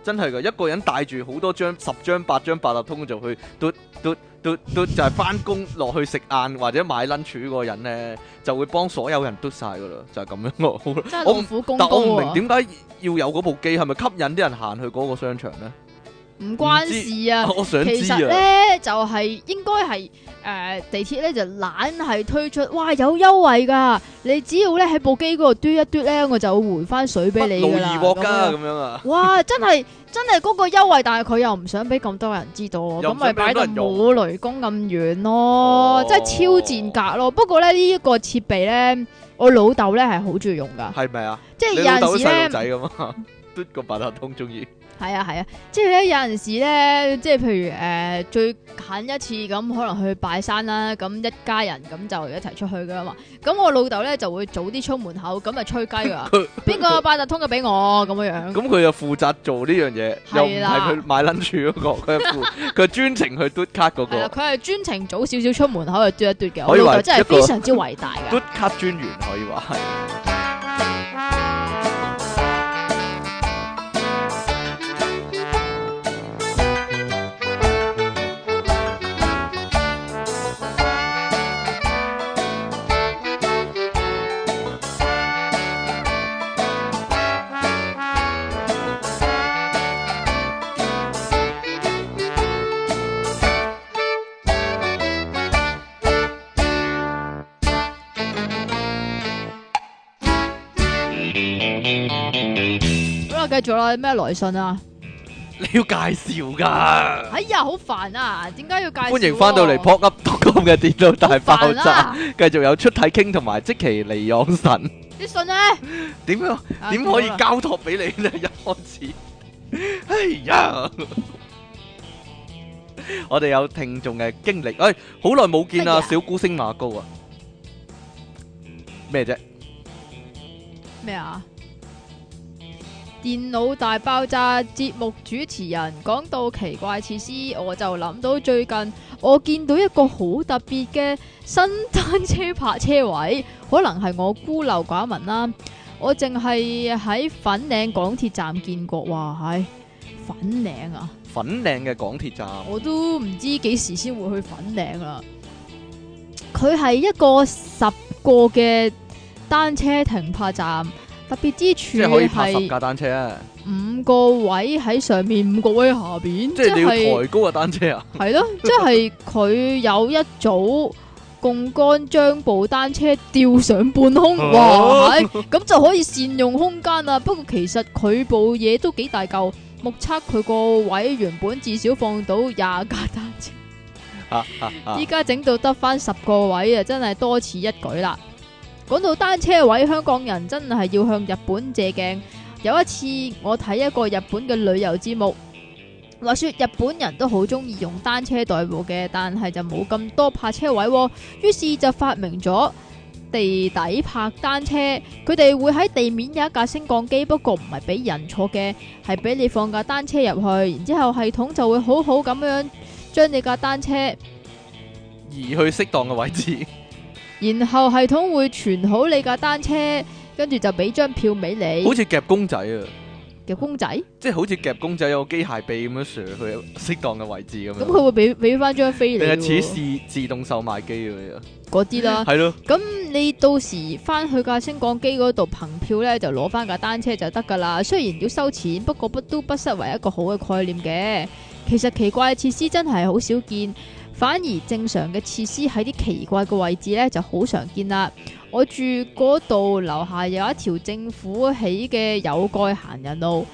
A: 真係噶，一個人帶住好多張、十張、八張八達通就去嘟嘟嘟嘟，就係翻工落去食晏或者買 lunch 嗰個人咧，就會幫所有人嘟晒噶啦，就係、咁樣 咯。好啦
B: 真係
A: 我
B: 勞
A: 唔
B: 苦功
A: 但
B: 高
A: 我唔
B: 啊
A: 明！點解要有嗰部機，係咪吸引啲人行去嗰個商場咧？
B: 唔關事啊。
A: 我想
B: 其
A: 知
B: 實
A: 啊，
B: 咧就係、應該係誒地鐵咧就懶係推出，哇有優惠㗎！你只要咧喺部機嗰度嘟一嘟咧，我就會回翻水
A: 不
B: 俾你
A: 勞
B: 㗎
A: 而
B: 啦。
A: 獲㗎
B: 咁樣
A: 咁樣啊！
B: 哇！真係真係嗰個優惠，但係佢又唔想俾咁多人知道喎，
A: 又唔
B: 咁咪
A: 想俾咁
B: 擺
A: 多
B: 到
A: 人用
B: 冇雷公咁遠咯，
A: 哦
B: 真係超賤格咯。不過咧呢一、個設備咧，我老豆咧係好中意用㗎，
A: 係咪啊？
B: 即係
A: 你
B: 有
A: 老豆
B: 陣
A: 啲
B: 時
A: 細
B: 咧
A: 路。仔咁啊，嘟個八達通中意
B: 係啊係啊，即係咧有陣時咧，即係譬如诶、呃最近一次咁，可能去拜山啦，咁一家人咁就一齊出去噶嘛。咁我老豆咧就會早啲出門口，咁就啊吹雞 噶
A: 佢，
B: 邊個有八達通嘅俾我咁樣樣。
A: 咁佢又負責做呢樣嘢，又唔
B: 係
A: 係
B: 啦
A: 佢買 lunch 嗰個，佢係 負佢係專程去嘟卡嗰
B: 係啦，啊
A: 個
B: 佢係專程早少少出門口就嘟一嘟嘅，我
A: 可以話
B: 老豆真
A: 一
B: 係
A: 個
B: 非常之偉大
A: 嘟
B: 噶。
A: 卡專員可以話係。
B: 好啦，啊繼續啦，咩來信啊？
A: 你要介紹㗎，
B: 哎呀，好煩啊！點解要介紹喎？
A: 歡迎翻到嚟 pop up com 嘅電腦大爆
B: 好煩
A: 炸，
B: 啊！
A: 繼續有出體傾同埋即其離昂神，
B: 啲信咧
A: 點樣
B: 啊
A: 點可以
B: 好啦
A: 交託俾你呢？一開始， 哎呀！我哋有聽眾嘅經歷，哎，好耐冇見啊，
B: 乜嘢啊
A: 小姑星馬高啊，咩啫？
B: 咩啊？電腦大爆炸節目主持人講到奇怪設施，我就諗到最近我見到一個好特別嘅新單車泊車位，可能係我孤陋寡聞啦。我淨係喺粉嶺港鐵站見過，哇！唉，粉嶺啊，
A: 粉嶺嘅港鐵站，
B: 我都唔知幾時先會去粉嶺啦。佢係一個十個嘅單車停泊站，特別之
A: 即係
B: 處
A: 可以泊十
B: 係
A: 架單車啊！
B: 五個位喺上面，五個位喺下邊，
A: 即係你要
B: 係
A: 抬高個單 車啊！
B: 係咯，即係佢有一組槓桿將部單車吊上半空，
A: 哦
B: 哇！係咁就可以善用空間啦。不過其實佢部嘢都幾大嚿，目測佢個位原本至少放到廿架單車。
A: 啊啊啊
B: 依！家整到得翻十個位啊，真係多此一舉啦。講到單車位，香港人真係要向日本借鏡。有一次我睇一個日本嘅旅遊節目，話說日本人都好中意用單車代步嘅，但係就冇咁多泊車位、喎。於是就發明咗地底泊單車。佢哋會喺地面有一架升降機，不過唔係俾人坐嘅，係俾你放架單車入去，然之後系統就會好好咁樣將你架單車。
A: 移去適當嘅位置，
B: 然後系統會存好你架單車，跟住就俾張票俾你
A: 好似夾公仔啊，
B: 嘅公仔，
A: 即係好似夾公仔有個機械臂咁樣射去適當嘅位置咁
B: 咁
A: 樣，
B: 佢會俾俾翻張飛你
A: 定係
B: 喎
A: 似自自動售賣機嗰
B: 嗰啲
A: 啲啊？
B: 啦。
A: 係咯，
B: 咁你到時翻去架升降機嗰度憑票咧，就攞翻架單車就得噶啦。雖然要收錢，不過不都不失為一個好嘅概念嘅。其實奇怪嘅設施真係好少見，反而正常嘅設施喺啲奇怪嘅位置咧就好常見啦。我住嗰度樓下有一條政府起嘅有蓋行人路。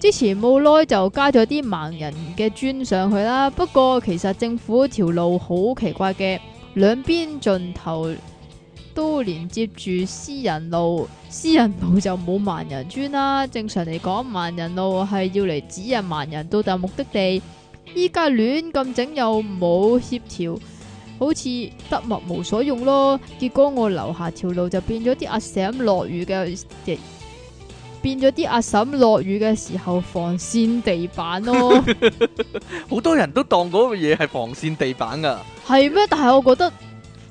B: 之前冇耐就加咗啲盲人嘅磚上去啦，不過其實政府條路好奇怪嘅，兩邊盡頭都連接住私人路，私人路就冇盲人磚啦。正常嚟講，盲人路係要嚟指引盲人到達目的地。依家亂咁整又冇協調，好似得物無所用咯。結果我樓下條路就變咗啲阿嬸落雨嘅，亦變咗啲阿嬸落雨嘅時候防跣地 板咯。
A: 好多人都當嗰個嘢係防線地板㗎，
B: 係咩？但係我覺得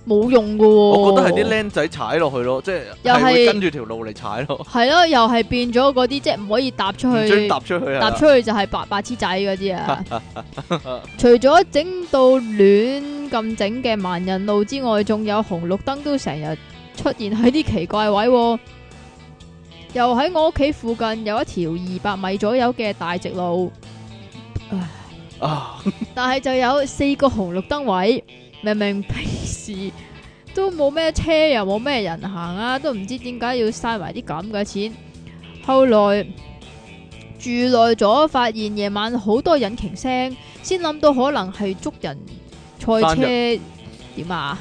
B: 冇用噶喎、
A: 我覺得係啲僆仔踩落去咯，即係
B: 又
A: 係會
B: 係
A: 跟住條路嚟踩咯，
B: 係咯，又係變咗嗰啲即係唔可以踏
A: 唔
B: 出
A: 准
B: 去。
A: 踏出去係
B: 搭
A: 啦
B: 出去就係白白痴仔嗰 啲啊！除咗整到亂咁整嘅盲人路之外，仲有紅綠燈都成日出現喺啲奇怪位、喎。又喺我屋企附近有一條二百米左右嘅大直路，
A: 啊！
B: 但係就有四個紅綠燈位。明明平時都冇咩車又冇咩人行啊，都唔知點解要嘥埋啲咁嘅錢。後來住耐咗，發現夜晚好多引擎聲，先諗到可能係捉人賽
A: 生
B: 車點啊？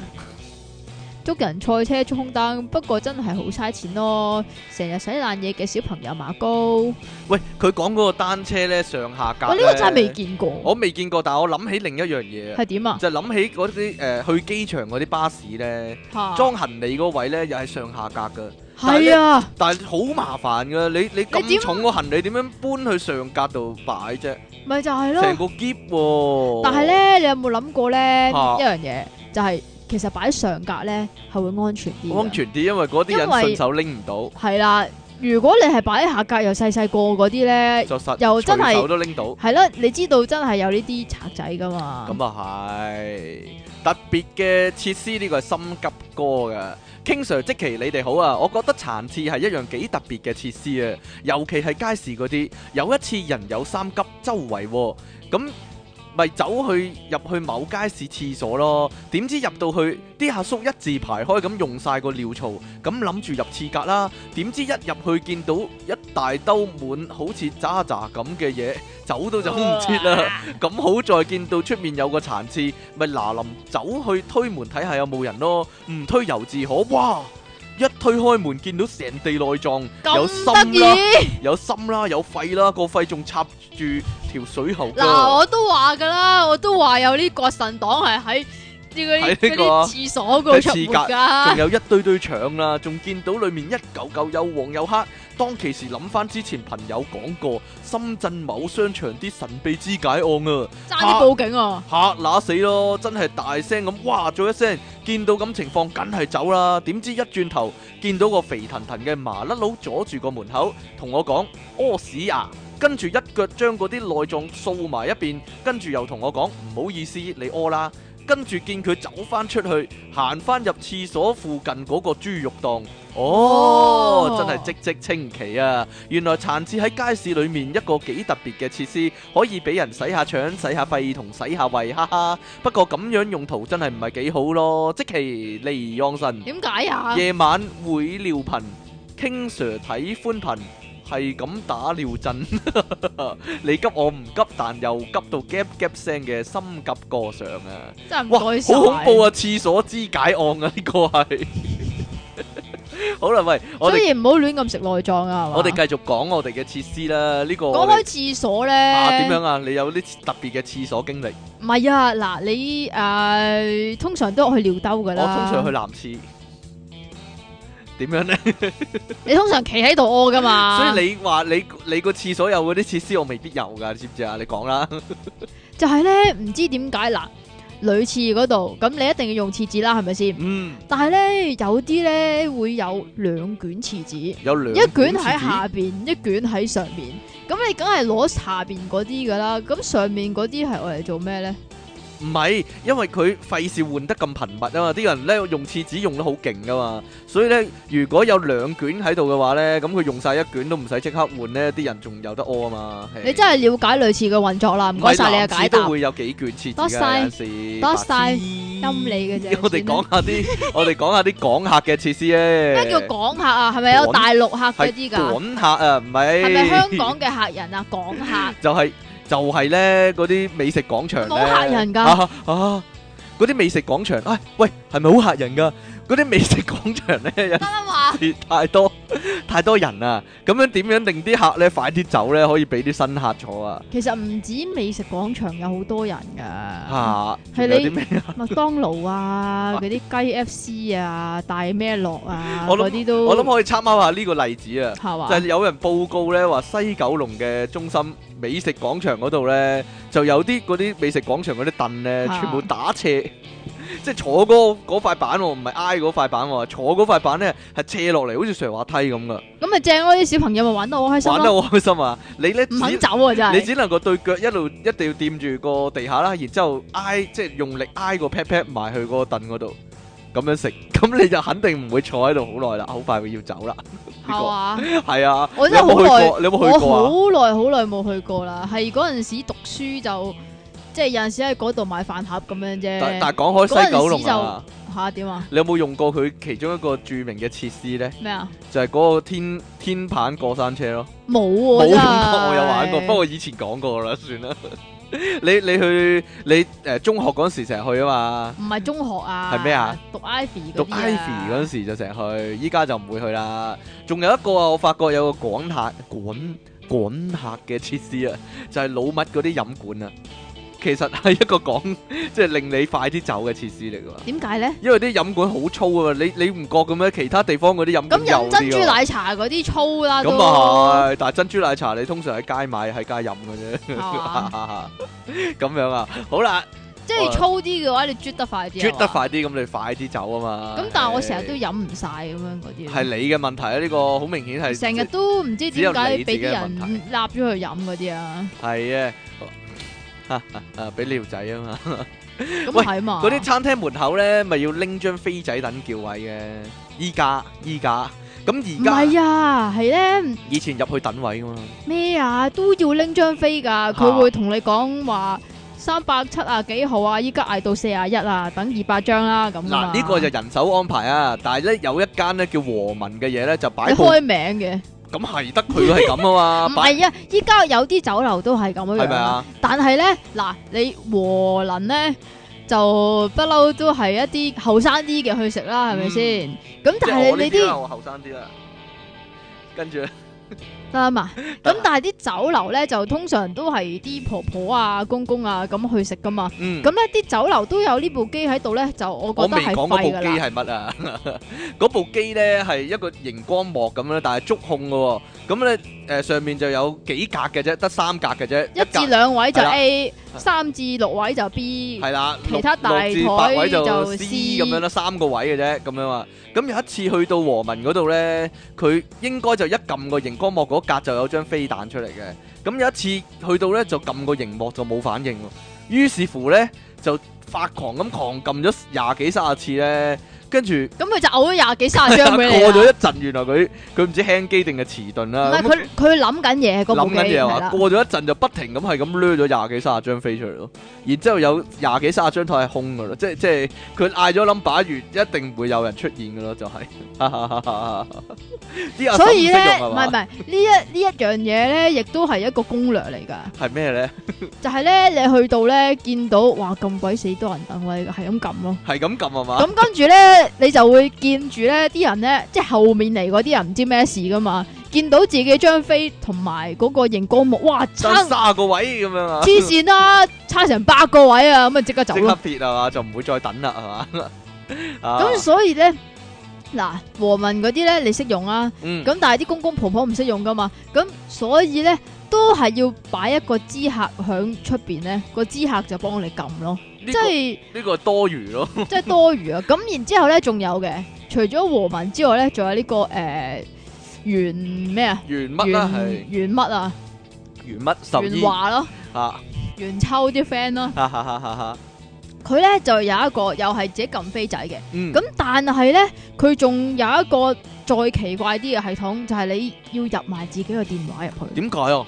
B: 捉人賽車衝燈，不過真係好嘥錢咯，成日洗爛嘢嘅小朋友馬高，我
A: 喂，佢講嗰個單車咧上下格，
B: 呢個真係未，見過，
A: 我未見過，但係我諗起另一樣嘢啊，
B: 係點啊？
A: 就諗起嗰啲誒去機場嗰啲巴士咧，
B: 嚇
A: 裝行李嗰位咧又係上下格㗎，
B: 係啊！
A: 但係好麻煩㗎，你你
B: 你點
A: 咁重個行李點樣搬去上格度擺啫？
B: 咪就
A: 成
B: 係咯。
A: 個箧喎，
B: 但係，咧，你有冇諗過咧一
A: 嚇
B: 樣嘢，就係其實擺上格咧係會安全啲嘅。
A: 安全啲，因為嗰啲人
B: 因為
A: 順手拎唔到，
B: 係啦，如果你係擺喺下格又細細個嗰啲咧，
A: 就實
B: 又真係
A: 隨手都拎到。
B: 係啦，你知道真係有呢啲賊仔噶嘛？
A: 咁啊係，特別嘅設施呢個係心急哥嘅。King Sir 即其你哋好啊，我覺得殘廁係一樣幾特別嘅設施啊，尤其係街市嗰啲。有一次人有三急周圍喎、咁咪走去入去某街市廁所咯。點知入到去啲阿叔一字排開咁用晒個尿槽，咁諗住入廁格啦。點知一入去見到一大兜滿好似渣渣咁嘅嘢，走到就唔切啦。咁好在見到出面有個殘廁，咪嗱臨走去推門睇下有冇人咯，唔推猶自可。哇！一推開門見到成地內臟，有
B: 咁
A: 心
B: 得
A: 啦，
B: 意
A: 有心啦，有肺啦，個肺仲插住條水喉
B: 嗱，
A: 㗎。
B: 我都話噶啦，我都話有呢國神黨係喺呢嗰啲
A: 喺呢
B: 嗰
A: 個
B: 啲廁所嗰度出 沒
A: 仲
B: 噶，
A: 有一堆堆腸啦，仲見到裡面一嚿嚿又黃又黑。當其時諗翻之前朋友講過，深圳某商場啲神秘肢解案啊。
B: 爭啲報警啊！
A: 嚇乸死咯！真係大聲咁哇咗一聲，見到咁情況梗係走啦。點知一轉頭見到個肥騰騰嘅麻甩佬阻住個門口，同我講屙屎啊！跟住一腳將嗰啲內臟掃埋一邊，跟住又同我講唔好意思，你屙啦。跟住見佢走翻出去，行翻入廁所附近嗰個豬肉檔。哦，
B: 哦
A: 真係即即清奇啊！原來殘廁喺街市裏面一個幾特別嘅設施，可以俾人洗下腸、洗下肺同洗下胃，哈哈。不過咁樣用途真係唔係幾好咯。即其利昂神，
B: 點解啊？
A: 夜晚會尿頻，King Sir 睇寬頻。係咁打尿震， 你急我唔急，但又急到 gap gap 聲嘅心急過上啊！
B: 真係唔
A: 哇，
B: 該晒
A: 好恐怖！啊！廁所肢解案啊，呢個係。 好啦，喂，我
B: 所
A: 哋
B: 以唔好亂咁食內臟啊！係嘛
A: 我哋繼續講我哋嘅設施啦。呢個我
B: 講
A: 哋
B: 開廁所咧，
A: 啊點樣啊？你有啲特別嘅廁所經歷？
B: 唔係啊，嗱你誒通常都去尿兜噶
A: 我
B: 啦，
A: 通常去男廁。點樣咧？
B: 你通常企喺度屙噶嘛，
A: 所以你話你你個廁所有嗰啲設施，我未必有㗎，知唔知啊？你講啦，
B: 就係咧唔知點解嗱，女廁嗰度，咁你一定要用廁紙啦，係咪先？
A: 嗯，
B: 但係咧有啲咧會有兩卷廁紙。
A: 有兩
B: 一卷
A: 廁
B: 喺
A: 紙
B: 下边，一卷喺上面。咁你梗係攞下边嗰啲噶啦，咁上面嗰啲係我嚟做咩咧？
A: 唔係，因為佢費事換得咁頻密啊嘛，啲人咧用廁紙用得好勁噶嘛，所以咧如果有兩卷喺度嘅話咧，咁佢用晒一卷都唔使即刻換咧，啲人仲有得屙啊嘛。係
B: 你真係了解類似嘅運作啦，唔該晒你啊嘅解
A: 唔係男廁
B: 答
A: 都。會有幾卷廁
B: 多
A: 紙
B: 晒
A: 㗎，有時
B: 多晒
A: 白痴
B: 陰你嘅 啫
A: 我哋講下啲，我哋講下啲港客嘅設施咧。
B: 咩叫港客啊？係咪有
A: 港
B: 大陸客嗰
A: 係
B: 啲㗎？
A: 港客啊？唔係。
B: 係咪香港嘅客人啊？港客
A: 就係就係咧嗰啲美食廣場咧，
B: 冇嚇人㗎
A: 啊啊！嗰啲美食廣場，唉、喂，係咪好嚇人㗎？嗰啲美食廣場咧，有
B: 得啦嘛？
A: 時太多 太多人啊！咁樣點樣令啲客咧快啲走咧，可以俾啲新客坐啊？
B: 其實唔止美食廣場有好多人㗎，
A: 嚇，
B: 係
A: 仲
B: 你
A: 有啲咩啊？
B: 麥當勞 啊，嗰啲雞 F C 啊，大咩樂啊，
A: 我諗
B: 嗰啲都
A: 我諗可以參考下呢個例子啊！
B: 係嘛
A: 就係有人報告咧，話西九龍嘅中心美食廣場嗰度咧，就有啲嗰啲美食廣場嗰啲凳咧，
B: 啊
A: 全部打斜， 即係坐嗰嗰塊板喎，唔係挨嗰塊板喎，坐嗰塊板咧係斜落嚟，好似斜滑梯咁噶，
B: 咁咪正咯！啲小朋友咪玩得好開心
A: 玩
B: 咯，
A: 得好開心啊！你咧
B: 唔肯
A: 只
B: 走啊真
A: 你
B: 係。
A: 只能夠對腳一路一定要掂住個地下啦，然之後挨即係用力挨個 pat pat 埋去個凳嗰度。咁樣食， 咁你就肯定唔會坐喺度好耐啦，好快會要走啦。呢
B: 係嘛？
A: 個係啊，
B: 我
A: 你
B: 真
A: 有冇
B: 係
A: 去
B: 好耐
A: 過？你有
B: 我
A: 冇去過啊？
B: 好耐好耐冇去過啦，係嗰陣時讀書就即係有陣時喺嗰度買飯盒咁樣
A: 但
B: 啫。
A: 但講開西九龍啊，
B: 吓點啊？
A: 你有冇用過佢其中一個著名嘅設施咧？
B: 咩啊？
A: 就係嗰個天天棒過山車咯，
B: 冇
A: 冇用
B: 喎，真
A: 過，
B: 係
A: 我有玩過，不過以前講過啦，算啦。 你你去你誒、呃中學嗰陣時成日去啊嘛，
B: 唔係中學啊，
A: 係咩啊？
B: 讀 Ivy
A: 讀
B: 嗰啲啊
A: Ivy 嗰陣時就成日去，依家就唔會去啦。仲有一個啊，我發覺有個趕客趕趕客嘅設施啊，就係、老麥嗰啲飲管啊，其實係一個講 即係令你快啲走嘅設施嚟㗎喎。
B: 點解咧？
A: 因為啲飲管好粗啊，你你唔覺嘅咩？其他地方嗰啲飲
B: 咁
A: 管
B: 飲
A: 幼
B: 珍珠
A: 啲啊。
B: 奶茶嗰啲粗啦，
A: 咁
B: 都
A: 啊係，但係珍珠奶茶你通常喺街買，喺街飲嘅
B: 係嘛？
A: 啫。 咁樣啊，好啦，
B: 即係粗啲嘅話，你啜得快啲啊嘛。
A: 啜得快啲，咁你快啲走啊嘛。
B: 咁，但係我成日都飲唔晒咁樣嗰啲。
A: 係你嘅問題啊！呢個好明顯係
B: 成日都唔知點解俾啲人
A: 只有你
B: 立咗去飲嗰啲啊，
A: 係啊， 哈哈啊俾尿仔啊嘛。
B: 咁
A: 喂
B: 係嘛？
A: 嗰啲餐廳門口咧，咪要拎張飛仔等叫位嘅。依家依家
B: 唔
A: 咁而家
B: 係啊，係咧
A: 以前入去等位噶嘛。
B: 咩啊，都要拎張飛㗎，佢會同你講話三百七啊幾號啊，依家嗌到四啊一啊，等二百張啦咁㗎嘛
A: 嗱，呢個就人手安排啊，但係咧有一間咧叫和民嘅嘢咧就擺
B: 你
A: 佈，
B: 開名
A: 咁係得佢係咁啊
B: 嘅，
A: 嘛
B: 唔，
A: 擺
B: 係啊，依家有啲酒樓都係咁樣
A: 係咪
B: 樣啊，
A: 啊？
B: 但係咧嗱，你和能咧就不嬲都係一啲後生啲嘅去食啦，係咪先？咁
A: 即
B: 但
A: 係
B: 係
A: 我呢
B: 你
A: 啲
B: 啲
A: 啦，我後生啲啦，跟住
B: 得 啊嘛。
A: 得
B: 咁
A: 啊
B: 但係啲酒樓咧就通常都係啲婆婆啊、公公啊咁去食噶嘛。
A: 嗯
B: 咁，咧啲酒樓都有呢部機喺度咧，就我
A: 我
B: 覺得
A: 未講
B: 係
A: 嗰部
B: 廢
A: 機
B: 噶啦。
A: 係乜啊？ 嗰部機咧係一個熒光幕咁樣，但係觸控嘅喎，咁咧誒上面就有幾格嘅啫，得三格嘅啫，
B: 一至
A: 格
B: 兩位就
A: 係啦
B: A，三至六位就 B。
A: 係啦，
B: 其他
A: 六
B: 大
A: 六至八
B: 台
A: 位就
B: 就
A: C
B: C
A: 咁樣啦，三個位嘅啫，咁樣啊。咁有一次去到和民嗰度咧，佢應該就一撳個熒光幕嗰格就有張飛彈出嚟嘅。咁有一次去到咧就撳個熒幕就冇反應喎，於是乎咧就發狂咁狂撳咗廿幾卅次咧，跟住
B: 咁佢就嘔咗廿幾三 十
A: 過
B: 張俾你啦
A: 咗一陣，原來佢佢唔知輕機定係遲鈍
B: 唔
A: 啦。
B: 係
A: 咁
B: 佢佢諗緊嘢嗰部
A: 諗
B: 機
A: 緊嘢
B: 係
A: 話，
B: 啦。
A: 過咗一陣就不停咁係咁掠咗廿幾卅張飛出嚟咯，然之後有廿幾卅張台係空噶啦，即係即係佢嗌咗 number 完，一定唔會有人出現噶咯，就係、 啲阿
B: 所以
A: 咧，
B: 咧，唔係唔
A: 係
B: 係呢一呢一樣嘢咧，亦都係一個攻略嚟㗎。
A: 係咩咧？
B: 就係咧，你去到咧見到哇咁鬼死多人等位㗎，係咁撳咯。
A: 係咁撳啊嘛，
B: 咁跟住咧，你就會見住咧啲人咧，即係後面嚟嗰啲人唔知咩事噶嘛，見到自己張飛同埋嗰個熒光幕，哇，
A: 爭
B: 差
A: 卅個位咁樣啊，
B: 黐線啦，差成百個位啊，咁啊即刻走
A: 即刻
B: 咯。
A: 撇啊嘛，就唔會再等啦係嘛，啊
B: 咁所以咧，嗱和民嗰啲咧你識用啊，
A: 嗯
B: 咁但係啲公公婆婆唔識用噶嘛，咁所以咧都係要擺一個知客響出邊咧，個知客就幫你撳咯，
A: 呢
B: 即
A: 個
B: 係
A: 呢個係多餘咯，
B: 即係多餘啊！咁然之後咧，仲有嘅，除咗和文之外咧，仲有呢、個誒、呃、袁咩啊？
A: 原乜啦係
B: 袁袁乜啊？
A: 原乜十
B: 袁
A: 二
B: 華咯，
A: 啊，
B: 袁秋啲 friend 咯，
A: 哈哈哈哈哈，
B: 佢咧就有一個又係自己撳飛仔嘅。
A: 嗯，
B: 咁但係咧，佢仲有一個再奇怪啲嘅系統，就係你要入埋自己個電話入去。
A: 點解啊？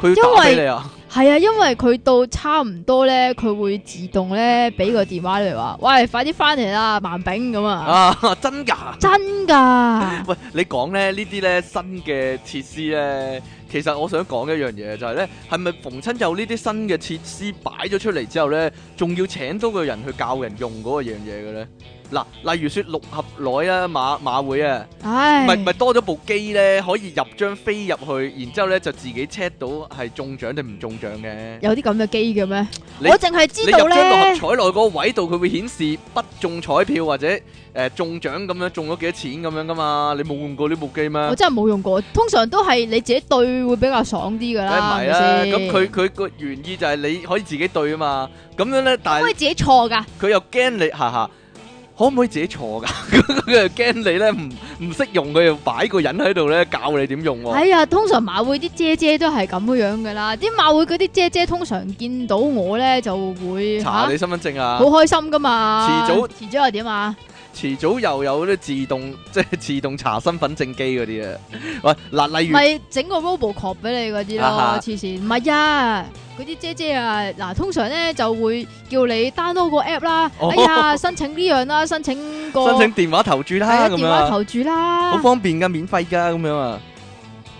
A: 佢要打
B: 因為
A: 俾你啊？
B: 係啊，因為佢到差唔多咧，佢會自動咧俾個電話你話，喂，快啲翻嚟啦，萬炳咁啊，
A: 啊， 真㗎？
B: 真㗎，
A: 喂，你講咧呢啲咧新嘅設施咧，其實我想講一樣嘢就係咧，係咪逢親有呢啲新嘅設施擺咗出嚟之後咧，仲要請多個人去教人用嗰個樣嘢嘅咧？嗱，例如説六合內啊，馬馬會啊。
B: 唉，
A: 咪咪多咗部機咧，可以入張飛入去，然之後咧就自己 check 到係中獎定唔中獎嘅。
B: 有啲咁嘅機嘅咩？
A: 你
B: 我淨係
A: 你
B: 知道
A: 入張六合
B: 咧，
A: 彩內嗰個位度，佢會顯示不中彩票或者誒、呃中獎咁樣，中咗幾多錢咁樣噶嘛？你冇用過呢部機咩？
B: 我真係冇用過，通常都係你自己對會比較爽啲㗎
A: 梗係唔
B: 啦，
A: 係
B: 啊咪
A: 啦，
B: 先
A: 咁佢佢個原意就係你可以自己對啊嘛。咁樣咧，但
B: 可
A: 係
B: 以自己錯㗎，
A: 佢又驚你下下。可唔可以自己坐噶？ 佢又驚你咧唔唔識用，佢又擺個人喺度咧教你點用喎、
B: 哎呀，通常馬會啲姐姐都係咁樣㗎啦，啲馬會嗰啲姐姐通常見到我咧就會
A: 查
B: 嚇
A: 你身份證啊！
B: 好開心㗎嘛，
A: 遲早
B: 遲早又點啊？
A: 遲早又有啲自動 即係自動查身份證機嗰啲啊！喂，嗱，例如
B: 咪整個 RoboCop 俾你嗰啲
A: 啊哈
B: 咯，黐線！唔係啊，嗰啲姐姐啊，嗱，通常咧就會叫你 download 個 app 啦，
A: 哦
B: 哎呀，申請呢樣啦，申請個
A: 申請電話投注
B: 係
A: 啦，
B: 啊
A: 咁
B: 電
A: 樣
B: 話
A: 啊
B: 投注
A: 好
B: 啦。
A: 方便噶，免費噶，咁樣啊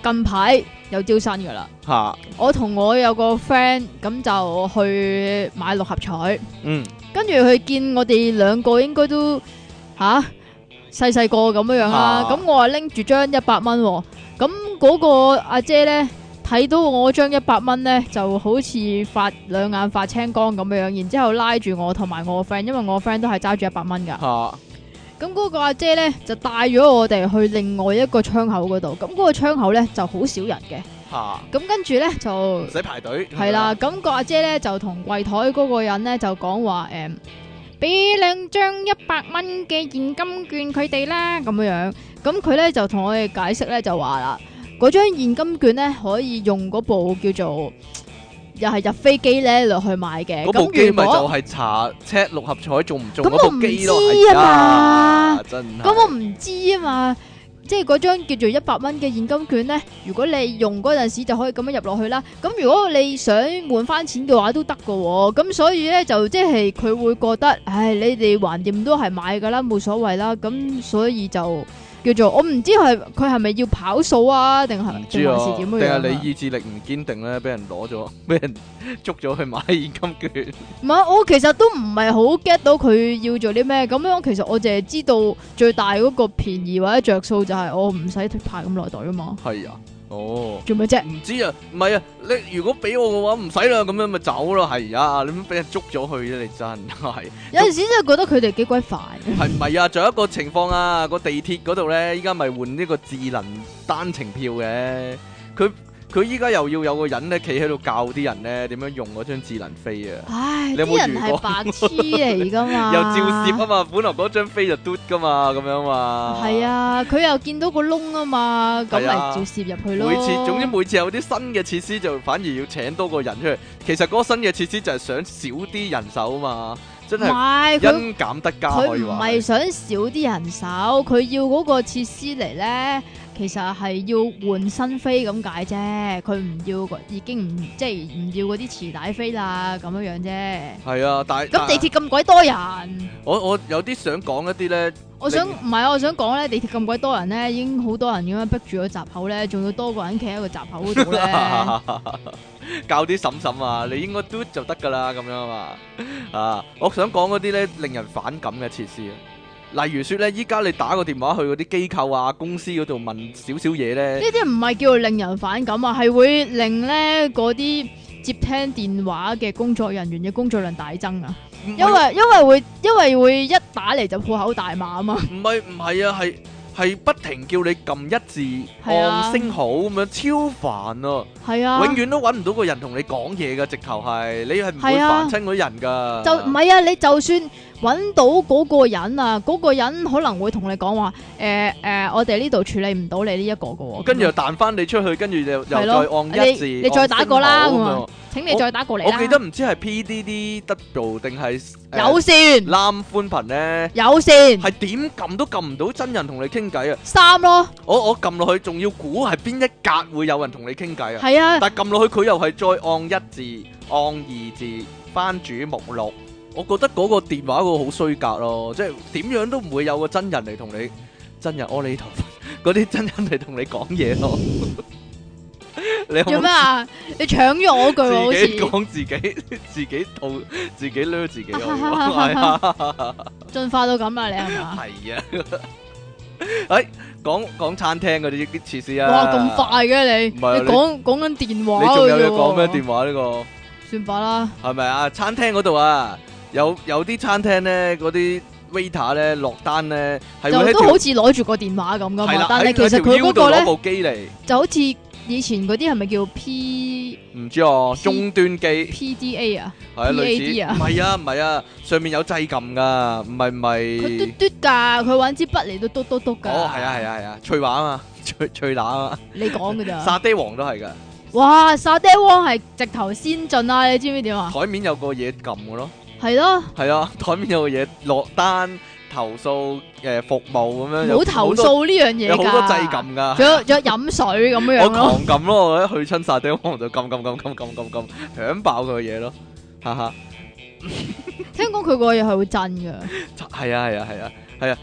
B: 近排有招新噶啦，
A: 吓，
B: 我同我有個 friend 咁就去買六合彩，
A: 嗯，
B: 跟住佢見我哋兩個應該都吓細細個咁樣樣啦，
A: 啊
B: 咁、我啊拎住張一百蚊喎，咁嗰個阿姐咧睇到我張一百蚊咧，就好似發兩眼發青光咁樣樣，然之後拉住我同埋我個 friend，因為我個 friend 都係揸住一百蚊噶，
A: 吓，
B: 咁嗰個阿姐咧就帶咗我哋去另外一個窗口嗰度，咁嗰個窗口咧就好少人嘅，
A: 吓，
B: 咁跟住咧就
A: 唔。使排隊，
B: 系啦，，咁個阿姐咧就同櫃台嗰個人咧就講話诶，誒俾兩張一百蚊嘅現金券佢哋啦，咁樣样。咁佢咧就同我哋解釋咧就話啦，嗰張現金券咧可以用嗰部叫做又係入飛機咧落去買嘅。
A: 嗰部
B: 咁
A: 機
B: 如
A: 咪
B: 果
A: 就係查 check 六合彩中唔中
B: 咁
A: 嗰
B: 我
A: 部
B: 唔
A: 機咯，
B: 知
A: 係
B: 啊
A: 啊
B: 嘛，
A: 真
B: 咁
A: 係，
B: 我唔知啊嘛，即係嗰張叫做一百蚊嘅現金券咧，如果你用嗰陣時就可以咁樣入落去啦。咁如果你想換翻錢嘅話都得嘅喎。咁所以咧就即係佢會覺得，唉，你哋橫掂都係買㗎啦，冇所謂啦。咁所以就叫做我唔知係佢係咪要跑數啊，定
A: 唔
B: 係
A: 知
B: 定
A: 啊
B: 還是，點
A: 定
B: 樣
A: 係
B: 樣啊
A: 你意志力唔堅定咧，俾人攞咗，俾人捉咗去 買現金券，
B: 唔係，我其實都唔係好 get 到佢要做啲咩。咁樣其實我淨係知道最大嗰個便宜或者着數就係我唔使排咁耐隊啊嘛。
A: 係啊，哦。
B: 做咩啫？
A: 唔知啊，唔係啊，你如果俾我嘅話，唔使啦，咁樣咪走咯，係啊，你咁俾人捉咗去啫，你真係
B: 有陣時真係覺得佢哋幾鬼煩。
A: 係唔係啊？仲有一個情況啊，個地鐵嗰度咧，依家咪換呢個智能單程票嘅，佢佢依家又要有個人咧，企喺度教啲人咧點樣用嗰張智能飛啊，
B: 唉，
A: 你有冇
B: 啲
A: 遇
B: 人
A: 過
B: 係白痴嚟噶嘛，
A: 又照攝啊嘛，本來嗰張飛就嘟噶嘛，咁樣嘛，
B: 係。啊，佢又見到個窿啊嘛，咁
A: 係
B: 咪
A: 啊
B: 照攝入去咯。
A: 每次總之每次有啲新嘅設施就反而要請多個人出去，其實嗰個新嘅設施就係想少啲人手啊嘛，真
B: 唔
A: 係。
B: 係佢
A: 因減得加
B: 佢
A: 可以
B: 唔
A: 話
B: 係想少啲人手，佢要嗰個設施嚟咧，其實係要換新飛咁解啫。佢唔要個已經唔即係唔要嗰啲磁帶飛啦，咁樣樣啫。
A: 係啊，但係但
B: 咁
A: 係
B: 地鐵咁鬼多人。
A: 我我有啲想講一啲咧，
B: 我想
A: 你
B: 唔係啊，我想講咧，地鐵咁鬼多人咧，已經好多人咁樣逼住個閘口咧，仲要多個人企喺個閘口嗰度 咧。
A: 教啲嬸嬸啊，你應該嘟就得㗎啦，咁樣啊嘛 啊，我想講嗰啲咧令人反感嘅設施啊，例如説咧，依家你打個電話去嗰啲機構啊、公司嗰度問少少嘢
B: 呢
A: 咧，
B: 啲唔係叫令人反感啊，係會令咧嗰啲接聽電話嘅工作人員嘅工作量大增啊，
A: 唔係
B: 因為因為會因為會一打嚟就破口大罵啊嘛。
A: 唔係唔係啊，係係不停叫你撳一字
B: 係啊
A: 按星號咁樣，超煩啊！
B: 系啊，
A: 永遠都揾唔到個人同你講嘢噶，直頭係你係唔會
B: 係啊
A: 煩親嗰啲人噶。
B: 就唔係啊！你就算揾到嗰個人啊，嗰、個人可能會同你講話，诶、誒，我哋呢度處理唔到你呢一個嘅喎。
A: 跟住又彈翻你出去，跟住又又再
B: 係咯
A: 按一字，
B: 你你再打過啦
A: 按星號
B: 咁
A: 樣
B: 啊請你再打過嚟
A: 我
B: 啦。
A: 記得唔知係 PDD 得做定係誒
B: 有線，
A: 攬寬頻咧，
B: 有線，
A: 係點撳都撳唔到真人同你傾偈啊！
B: 三咯，
A: 我我撳落去仲要估係邊一格會有人同你傾偈啊！
B: 係啊，
A: 但撳落去佢又係再按一字、按二字翻主目錄，我覺得嗰個電話嗰個好衰格咯，即係點樣都唔會有個真人嚟同你真人屙你頭髮嗰啲真人嚟同你講嘢咯。 你有
B: 做
A: 冇
B: 咩啊？你搶咗我句喎，好
A: 自己
B: 似
A: 講自己， 自己套，自己掠 自己有喎，係啊，
B: 進化到咁啦，你 係嘛？
A: 係啊。誒，講講餐廳嗰啲啲設施啊，
B: 哇，咁！快嘅你，
A: 唔係啊
B: 你講講緊電話
A: 你仲有
B: 嘅
A: 嘢
B: 啫喎
A: 講咩？電話呢個
B: 算吧啦，
A: 係咪啊？餐廳嗰度啊，有有啲餐廳咧，嗰啲 waiter 咧落單咧，係會
B: 就
A: 喺
B: 都
A: 條
B: 好似攞住個電話咁噶
A: 係
B: 嘛
A: 啦，
B: 但係
A: 喺
B: 其實
A: 喺條腰
B: 佢
A: 度
B: 嗰個
A: 攞
B: 咧
A: 部機嚟，
B: 就好似以前嗰啲係咪叫 P
A: 唔知啊，終端機。
B: PDA 啊？
A: 係啊，類似
B: PAD 啊
A: 唔係啊，唔係啊，上面有掣撳噶，唔係唔
B: 佢
A: 係，
B: 嘟嘟噶，佢揾支筆嚟到嘟嘟嘟噶。
A: 哦係啊係啊係啊，翠華啊嘛， 翠翠拿啊嘛，
B: 你講噶 咋？
A: 沙爹王都係噶，
B: 啊哇，沙爹汪係直頭先進啦，你知唔知點啊？
A: 台面有個嘢撳嘅咯，
B: 係咯，
A: 係啊， 台面有個嘢落單投訴誒服務咁樣，有
B: 冇投
A: 好多
B: 訴呢樣嘢
A: 有
B: 㗎。
A: 好多掣，撳噶。
B: 仲有仲有飲水咁樣
A: 啊我
B: 樣咯。
A: 狂撳咯，我一去親沙爹王就撳撳撳撳撳撳撳，響爆佢嘅嘢咯，哈哈，
B: 聽講佢個嘢係會震㗎，
A: 係啊係啊係啊係啊，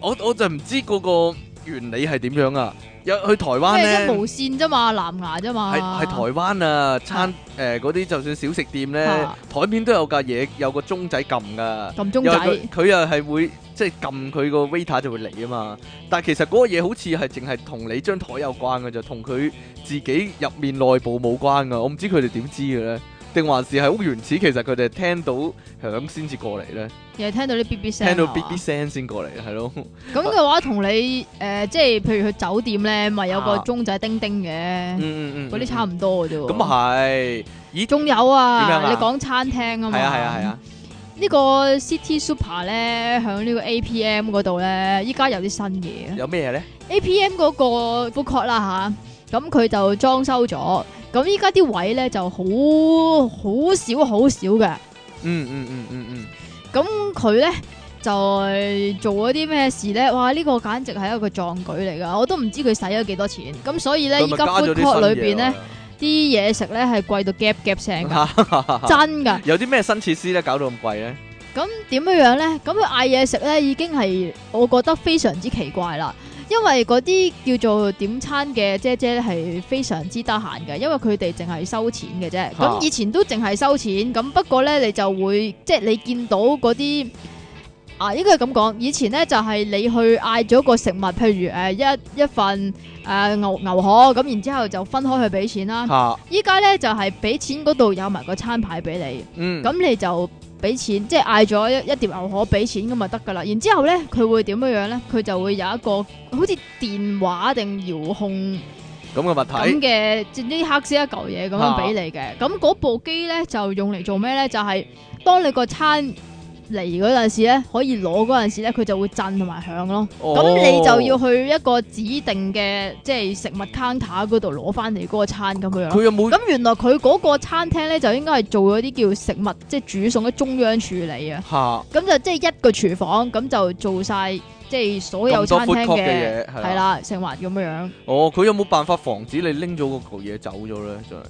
A: 我我就唔知嗰個原理係點樣啊，有去台灣
B: 咩
A: 咧
B: 啫？。無線啫嘛，藍牙啫嘛。
A: 係啊係台灣啊，餐誒嗰啲就算小食店咧
B: 啊，
A: 台面都有架嘢，有個鐘仔撳噶，
B: 撳鐘
A: 因為
B: 仔
A: 佢佢又係會即係撳佢個 waiter 就會嚟啊嘛。但係其實嗰個嘢好似係淨係同你張台有關嘅啫，同佢自己入面內部冇關噶。我唔知佢哋點知嘅咧，定還是係好原始，其實佢哋係聽到響先至過嚟咧，
B: 又係聽到啲 B B 聲。啊
A: 聽到 B B 聲先過嚟，係咯。
B: 咁嘅話，同你誒即係譬如去酒店咧，咪有個
A: 啊
B: 鐘仔叮
A: 嗯
B: 叮嘅，
A: 嗯嗯，
B: 嗰啲差唔多嘅啫喎。
A: 咁係，咦，
B: 仲有
A: 點樣
B: 啊，
A: 啊
B: 你講餐廳啊嘛，
A: 係啊係啊係啊，
B: 呢個 City Super 咧，響呢個 APM 嗰度咧，依家有啲新嘢啊。
A: 有咩咧？
B: APM 嗰個 f o o court 啦吓，咁佢就裝修咗，咁依家啲位咧就好好少好少嘅，
A: 嗯嗯嗯嗯嗯。
B: 咁佢咧。就做咗啲咩事咧？哇！呢、個簡直係一個壯舉嚟㗎，我都唔知佢使咗幾多錢。咁所以咧，
A: 佢
B: 依
A: 咪
B: 家 food
A: 加咗啲
B: court
A: 新
B: 裏
A: 嘢
B: 邊咧，啲嘢食咧係貴到夾夾聲㗎，
A: 落嚟啊。
B: 真㗎。
A: 有啲咩新設施咧，搞到咁貴咧？
B: 咁點樣樣咧？咁佢嗌嘢食咧，已經係我覺得非常之奇怪啦。因為嗰啲叫做點餐嘅姐姐咧，係非常之得閒嘅，因為佢哋淨係收錢嘅啫。咁、
A: 嚇
B: 以前都淨係收錢，咁不過咧，你就會即係你見到嗰啲啊，應該係咁講。以前咧就係、你去嗌咗個食物，譬如誒、呃一一份誒、呃牛牛河，咁然之後就分開去俾錢啦。
A: 嚇，
B: 依家咧就係、俾錢嗰度有埋個餐牌俾你。
A: 嗯，
B: 咁你就俾錢，即係嗌咗一一碟牛河俾錢咁咪得噶啦。然之後咧，佢會點樣樣咧？佢就會有一個好似電話定遙控
A: 咁嘅物
B: 咁
A: 體，
B: 嘅，即係呢黑色一嚿嘢咁樣俾你嘅。
A: 嗯
B: 咁嗰、部機咧就用嚟做咩咧？就係、當你個餐嚟嗰陣時咧，可以攞嗰陣時咧，佢就會震同埋響咯。咁、
A: 哦
B: 你就要去一個指定嘅即係食物 counter 嗰度攞翻嚟嗰個餐咁樣咯。
A: 佢有冇
B: 咁原來佢嗰個餐廳咧就應該係做咗啲叫食物即係煮餸嘅中央處理啊，
A: 嚇
B: 咁就即係一個廚房咁就做晒即係所有
A: 咁多 food
B: 餐廳
A: court
B: 嘅
A: 嘅嘢？係啦。
B: 係啦，成環咁樣樣。
A: 哦，佢有冇辦法防止你拎咗嗰嚿嘢走咗咧？真係，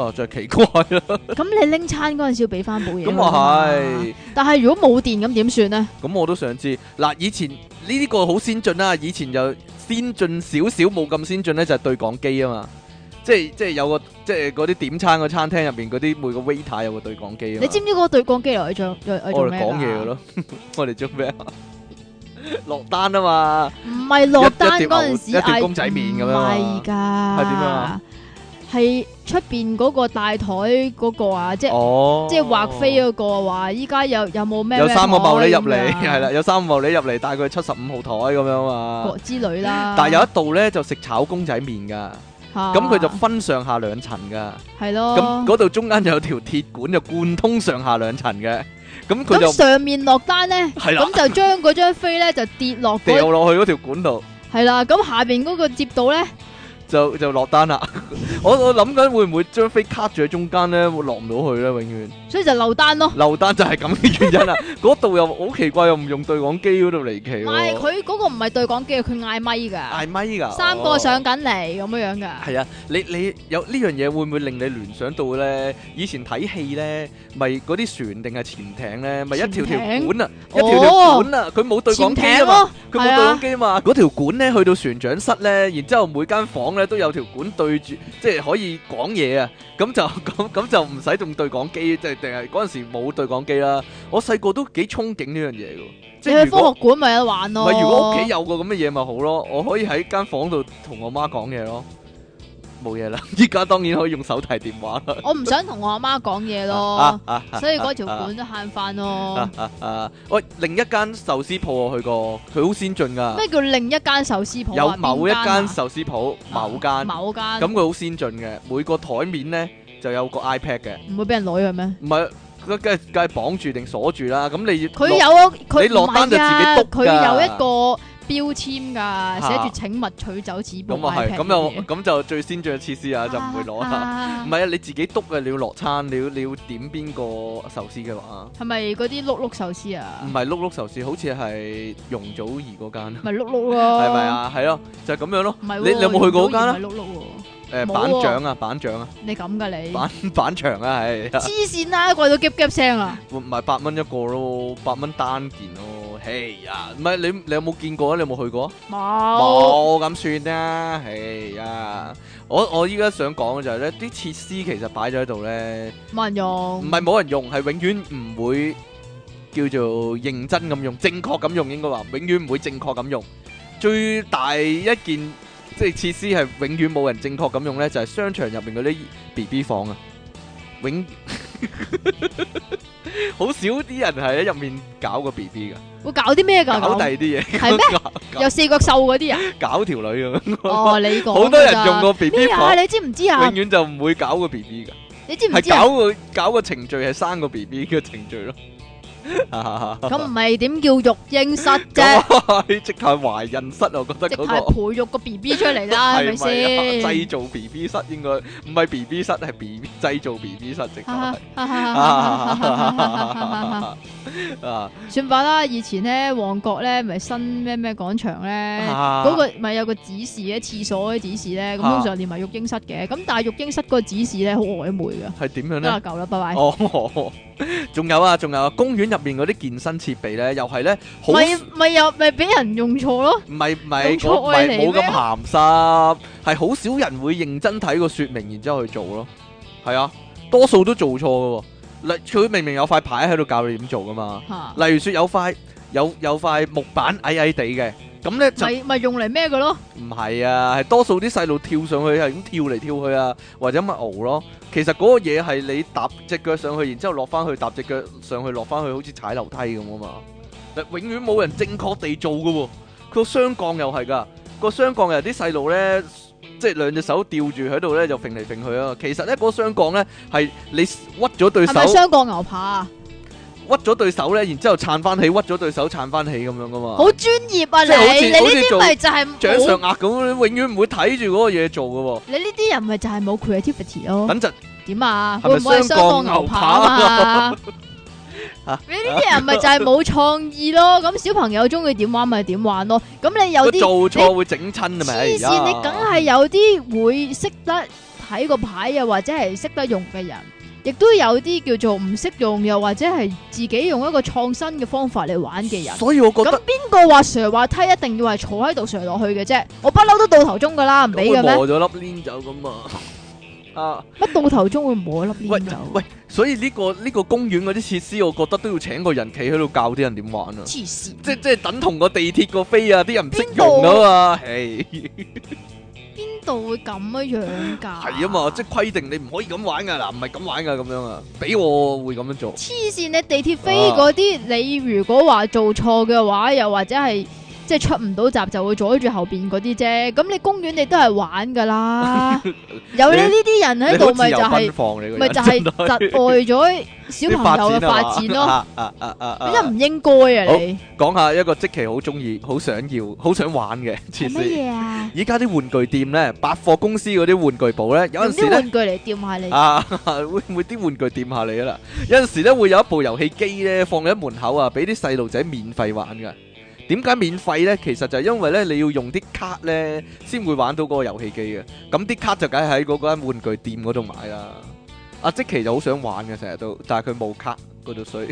A: 啊，真係奇怪 啦。
B: 咁你拎餐嗰陣時要俾翻部嘢。
A: 咁啊。係，
B: 但係如果冇電咁點算呢？
A: 咁我都想知。嗱，以前呢個好先進啦，以前就先進少少，冇咁先進咧，就係對講機啊嘛。即係即係有個即係嗰啲點餐個餐廳入邊嗰啲每個 waiter 有個對講機啊嘛。
B: 你知唔知嗰個對講機嚟做嚟嚟做
A: 我
B: 咩
A: 哋
B: 㗎
A: 講嘢嘅，咯， 我哋做咩啊？ 落單啊嘛，
B: 唔係落單嗰陣時
A: 一碟牛一碟
B: 嗌
A: 公仔麵咁樣啊
B: 唔係㗎，
A: 係
B: 係
A: 點樣啊
B: 係出边嗰個大台嗰個啊，即係
A: 哦，
B: 即系画飞嗰個話，依家有有冇咩啊
A: 有三個
B: 個
A: 茂利入嚟， 係啦，有三個茂利入嚟，帶佢去七十五號台咁樣嘛。
B: 之類啦。
A: 但係有一度咧就食炒公仔面㗎，
B: 啊嚇
A: 咁佢就分上下兩層㗎，
B: 係咯
A: 咁。嗰度中間就有條鐵管就貫通上下兩層嘅，咁佢
B: 咁
A: 就
B: 上面落單咧，
A: 係啦
B: 咁就將嗰張飛咧就跌落嗰
A: 掉落去嗰條管度。
B: 係啦，咁下边嗰個接到咧，
A: 就就落單啦！ 我我諗緊會唔會將飛卡住喺中間咧，會落唔到去咧，永遠
B: 所以就漏單咯。
A: 漏單就係咁嘅原因 啦。嗰度又好奇怪，又唔用對講機嗰度離奇
B: 唔
A: 喎。
B: 係佢嗰個唔係對講機，啊佢嗌咪噶，
A: 嗌咪㗎，哦
B: 三個上緊嚟咁樣樣噶。
A: 係啊，你你有呢樣嘢會唔會令你聯想到咧？以前睇戲咧，咪嗰啲船定係潛艇咧，咪一條條
B: 潛艇
A: 管啊，一
B: 哦
A: 條條管啊，佢冇對講
B: 潛
A: 機
B: 艇
A: 啊嘛，
B: 咯，
A: 佢冇對講機嘛，嗰條管咧去到船長室咧，然之後每間房咧都有條管對住，即係可以講嘢啊，咁就 咁咁就唔使用對講機，即係定係嗰陣時冇對講機啦。我細個都幾憧憬呢樣嘢嘅喎，即
B: 你
A: 係
B: 去
A: 如
B: 科
A: 果
B: 學館咪有得玩
A: 唔
B: 咯。
A: 係如果屋企有個咁嘅嘢咪好咯，我可以喺間房度同我媽講嘢咯，冇嘢啦。 依家當然可以用手提電話啦。
B: 我唔想同我阿媽講嘢咯
A: 啊，啊啊
B: 所以嗰條
A: 啊
B: 管都慳翻咯
A: 啊。啊啊！喂，另一間壽司鋪我去過，佢好先進㗎，
B: 咩叫另一間壽司鋪啊？
A: 有某一
B: 邊間啊啊
A: 間壽司鋪，某間。
B: 某間
A: 咁佢好先進嘅，每個台面咧就有個 iPad 嘅，
B: 唔會俾人攞嘅咩？
A: 唔係梗梗係梗係綁住定鎖住啦。咁你要
B: 佢
A: 落
B: 有啊，佢
A: 你落
B: 唔係
A: 單就自己
B: 啊
A: 篤㗎
B: 佢有一個標籤㗎，寫
A: 嚇
B: 住請勿取走此部
A: 咁啊係，
B: iPad
A: 咁
B: 嘅
A: 就
B: 嘢。
A: 咁就最先進嘅設施啊，就唔會攞啦。
B: 啊
A: 唔係啊，你自己篤嘅，你要落餐，你要你要點邊個壽司嘅話，
B: 係咪嗰啲碌碌壽司啊
A: 唔？係碌碌壽司，好似係容祖兒嗰間，
B: 咪碌碌咯，
A: 係咪？啊？係咯，就係咁樣咯。
B: 唔係喎，
A: 你你有冇去過嗰間啊
B: 容祖兒咪碌碌喎，
A: 誒
B: 冇
A: 板
B: 喎
A: 長啊，板長啊，
B: 你咁㗎你？
A: 板板長啊，係啊
B: 黐線啦，貴到夾夾聲啊！
A: 唔係八蚊一個咯，八蚊單件咯。嘿呀，唔係你你有冇見過啊？你有冇去過啊？
B: 冇
A: 冇咁算啦，唉呀！我我依家想講嘅就係咧，啲設施其實擺咗喺度咧，
B: 冇人用，
A: 唔係冇人用，係永遠唔會叫做認真咁用，正確咁用應該話，永遠唔會正確咁用。最大一件即係設施係永遠冇人正確咁用咧，就係、商場入面嗰啲 B B 房啊，永 好少啲人係喺入面搞個 B B 噶，
B: 會搞啲咩㗎？
A: 搞
B: 咁
A: 第二啲嘢，
B: 係咩？有四腳獸嗰啲啊？
A: 搞條女咁樣。
B: 哦，你講
A: 好多人用個 B
B: 咩
A: B
B: 啊？
A: 房，
B: 你知唔知啊
A: 永？遠就唔會搞個 B B 噶，
B: 你知唔知
A: 係
B: 啊？
A: 搞個搞個程序係生個 B B 嘅程序 咯。
B: 咁唔係點叫育嬰室啫？
A: 咁即係懷孕室，我覺得
B: 即
A: 嗰
B: 係
A: 個
B: 培育啊個 B B 出嚟 啦，係咪
A: 係啊
B: 先？
A: 製造 B B 室應該唔係 B B 室，係 B B 製造 B B 室直頭係。
B: 啊
A: 啊啊！
B: 算法啦，以前咧旺角咧咪新咩咩廣場咧，
A: 啊
B: 嗰個咪有個指示咧，廁所嗰啲指示咧，咁
A: 啊
B: 通常連埋育嬰室嘅，咁但係育嬰室嗰個指示咧好曖昧噶，
A: 係點樣
B: 得啦
A: 咧？
B: 夠啦，拜拜。
A: 哦，仲有啊，仲有啊，公園入面嗰啲健身設備咧，又係咧好
B: 咪咪又咪俾人用錯咯，
A: 唔係唔係，嗰唔
B: 用錯愛
A: 係
B: 嚟
A: 冇
B: 咩
A: 咁鹹濕，係好少人會認真睇個說明，然之後去做咯。係啊，多數都做錯嘅喎。例佢明明有塊牌喺度教你點做噶嘛。
B: 嚇，
A: 例如說有塊有有塊木板矮矮地嘅，咁咧就
B: 咪咪用嚟咩嘅咯？
A: 唔係啊，係多數啲細路跳上去係咁跳嚟跳去啊，或者乜熬咯。其實嗰個嘢係你踏只腳上去，然之後落翻去，踏只腳上去，落翻去，好似踩樓梯咁啊嘛。但永遠冇人正確地做嘅喎、個雙槓又係㗎，個雙槓又係啲細路咧，即係兩隻手吊住喺度咧就揈嚟揈去啊。其實咧嗰、個雙槓咧係你屈咗對
B: 係咪
A: 手，
B: 雙角牛扒啊？
A: 屈咗對手咧，然之後撐翻起，屈咗對手撐翻起咁樣噶嘛。
B: 好專業啊
A: 即係好
B: 你！
A: 似
B: 你
A: 好似
B: 呢啲
A: 做
B: 咪就係
A: 掌
B: 冇
A: 上壓咁，你永遠唔會睇住嗰個嘢做嘅喎、
B: 你呢啲人咪就係冇 creativity 咯？
A: 等陣。
B: 點啊？
A: 係咪
B: 會唔會係
A: 雙槓
B: 雙降
A: 牛
B: 牛
A: 扒
B: 扒
A: 啊
B: 啊嘛？你呢啲人咪就係冇創意咯？咁小朋友中意點玩咪點玩咯？咁你有啲
A: 做錯會整親啊咪？哎
B: 黐線，你梗係有啲會識得睇個牌又或者係識得用嘅人，亦都有啲叫做唔識用又或者係自己用一個創新嘅方法嚟玩嘅人。
A: 所以我覺
B: 咁
A: 得
B: 邊個話 Sir 話梯一定要係坐喺度 Sir 落去嘅啫？我不嬲都到頭鐘噶啦，唔俾
A: 會
B: 嘅咩？
A: 磨咗粒鏈走咁啊！啊，
B: 乜到頭鐘會摸粒
A: 喂
B: 黏走？
A: 喂，所以呢、個呢、個公園嗰啲設施，我覺得都要請個人企喺度教啲人點玩啊！
B: 黐線！啊
A: 即即係等同個地鐵個飛啊，啲人唔識用啊嘛，唉，
B: 度會咁樣樣㗎？
A: 係啊嘛，即係規定你唔可以咁玩噶，嗱唔係咁玩噶咁樣啊，俾我會咁樣做，
B: 黐線！你地鐵飛嗰啲，
A: 啊
B: 你如果話做錯嘅話，又或者係即係出唔到閘，就會阻住後邊嗰啲啫。咁你公園你都係玩噶 啦，有你呢啲人喺
A: 你好
B: 度，
A: 自
B: 咪
A: 由
B: 就
A: 奔
B: 係
A: 放你個
B: 咪
A: 人
B: 就係
A: 真
B: 窒
A: 係
B: 礙咗小
A: 啲
B: 朋友嘅發
A: 發
B: 展
A: 展
B: 咯。
A: 啊嘛啊啊啊啊
B: 你
A: 啊
B: 真係唔應該啊！
A: 好
B: 你
A: 講下一個即期好中意、好想要、好想玩嘅設
B: 係乜
A: 施。
B: 嘢啊？
A: 依家啲玩具店咧，百貨公司嗰啲玩具部咧，有
B: 用
A: 陣時
B: 啲
A: 咧
B: 玩具嚟掂下你，
A: 啊， 會唔會啲玩具掂下你啊啦？有陣時咧會有一部遊戲機咧放喺門口啊，俾啲細路仔免費玩噶。點解免費咧？其實就係因為咧你要用啲卡咧先會玩到嗰個遊戲機嘅。咁啲卡就梗係喺嗰間玩具店嗰度買啦。阿即期就好想玩嘅，成日都，但係佢冇卡嗰度水。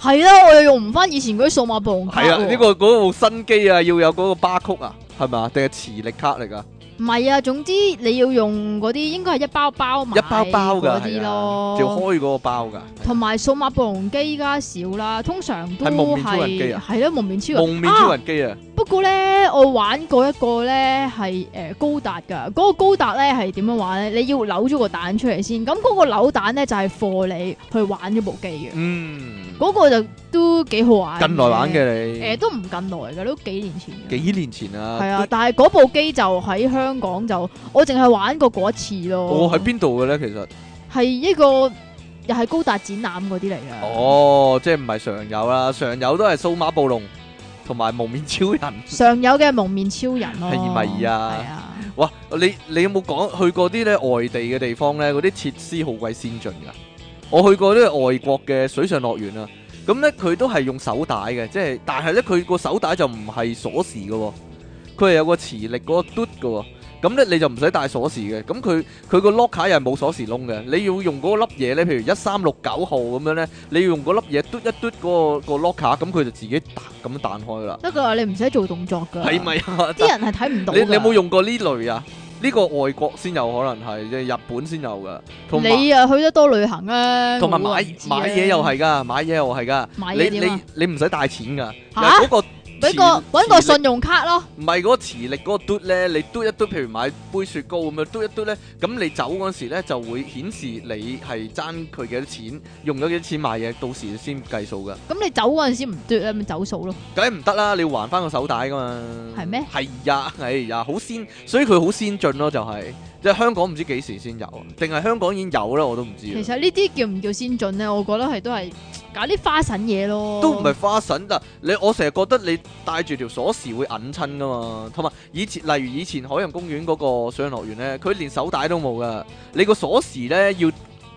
B: 係啦，我又用唔翻以前嗰啲數碼暴龍卡
A: 係啊，
B: 喎。
A: 呢個嗰部新機啊，要有嗰個巴曲啊，係咪啊？定係磁力卡嚟噶？
B: 唔係啊，總之你要用嗰啲應該係一包包買
A: 一包包㗎，係
B: 嗰啲
A: 啊，
B: 咯，
A: 就要開嗰個包㗎。
B: 同埋數碼暴龍機依家少啦，通常都
A: 係蒙面超人機
B: 係
A: 啊
B: 係咯蒙面超人。
A: 蒙面超
B: 啊！
A: 人機啊，
B: 不過咧，我玩過一個咧係誒高達㗎，嗰、個高達咧係點樣玩咧？你要扭咗個蛋出嚟先，咁嗰個扭蛋咧就係、貨你去玩咗部機嘅，
A: 嗯，
B: 嗰、個就都幾好玩。
A: 近來玩
B: 誒、
A: 嘅你，
B: 都唔近來嘅，都幾年前嘅。
A: 幾年前啊，
B: 係啊，但係嗰部機就喺香港就，我淨係玩過嗰一次咯。
A: 我哦喺邊度嘅咧？其實，
B: 係一個又係高達展覽嗰啲嚟嘅。
A: 哦，即係唔係常有啦，常有都係數碼暴龍同埋蒙面超人。
B: 常有嘅蒙面超人咯，
A: 係咪啊
B: 係啊，
A: 哇，你你有冇講去過啲咧外地嘅地方咧？嗰啲設施好鬼先進噶。我去過啲外國嘅水上樂園啊，咁咧佢都係用手帶嘅，即係但係咧佢個手帶就唔係鎖匙嘅喎，佢係有個磁力嗰個嘟嘅喎。咁咧你就唔使帶鎖匙嘅，咁佢佢個 locker 又係冇鎖匙窿嘅，你要用嗰粒嘢咧，譬如一三六九號咁樣咧，你要用嗰粒嘢嘟一嘟嗰、個、個 locker，咁佢就自己彈咁彈開啦，
B: 得噶，你唔使做動作噶，
A: 係？咪啊？
B: 啲人係睇唔到㗎
A: 你你有冇？用過呢類啊？呢個外國先有可能係，即係日本先有噶。同埋
B: 你啊去得多旅行啊，
A: 同埋買
B: 我啊唔知啊
A: 買嘢又係噶，買嘢又係噶。
B: 買
A: 你
B: 嘢點啊
A: 你你唔使帶錢噶，
B: 吓
A: 有嗰個
B: 俾
A: 磁
B: 個搵個
A: 磁力
B: 信用卡咯，
A: 唔係嗰個磁力嗰個嘟咧，你嘟一嘟，譬如買杯雪糕咁樣嘟一嘟咧，咁你走嗰時咧就會顯示你係爭佢幾多錢，用咗幾多錢買嘢，到時先計數噶。
B: 咁你走嗰陣時唔嘟咧，咪走數咯。
A: 梗係唔得啦，你要還翻個手帶噶嘛。
B: 係咩？
A: 係呀，係呀，好先，所以佢好先進咯，就係、即係香港唔知幾時先有啊，定係香港已經有啦，我都唔知
B: 其
A: 啊。
B: 實呢啲叫唔叫先進咧？我覺得係都係搞啲花神嘢咯，
A: 都唔係花神但你我成日覺得你帶住條鎖匙會揞親噶嘛，同埋以前例如以前海洋公園嗰個水上樂園咧，佢連手帶都冇噶，你個鎖匙咧要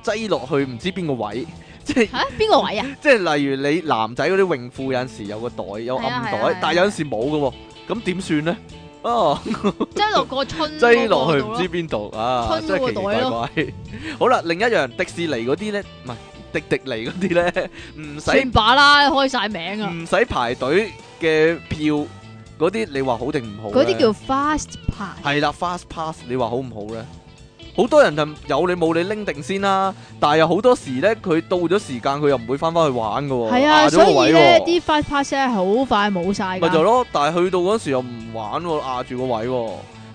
A: 擠落去唔知邊個位， 即係。
B: 吓邊個位啊？
A: 即係例如你男仔嗰啲泳褲有陣時有個袋有暗袋，
B: 係啊係啊
A: 但係有陣時冇嘅喎，咁點算咧？啊，
B: 擠落個春
A: 擠落去
B: 嗰
A: 唔
B: 個
A: 知
B: 度咯
A: 邊度啊，
B: 春
A: 真係
B: 嗰個
A: 奇奇
B: 袋
A: 怪
B: 咯
A: 怪。 好啦，另一樣迪士尼嗰啲咧，唔係迪迪尼嗰啲咧， 唔
B: 算
A: 使
B: 把啦，開晒名啊！
A: 唔使排隊嘅票嗰啲，你話好定唔好呢？
B: 嗰啲叫 fast pass。
A: 係啦，fast pass，你話好唔好咧？好多人就有你冇你拎定先啦，但係有好多時咧，佢到咗時間佢又唔會翻返去玩嘅喎，
B: 係啊，
A: 壓咗個
B: 所以
A: 位
B: 咧
A: 喎
B: 啲 fast pass 咧好快冇晒
A: 咪
B: 㗎。
A: 就係咯，但係去到嗰時又唔玩喎，壓住個位喎。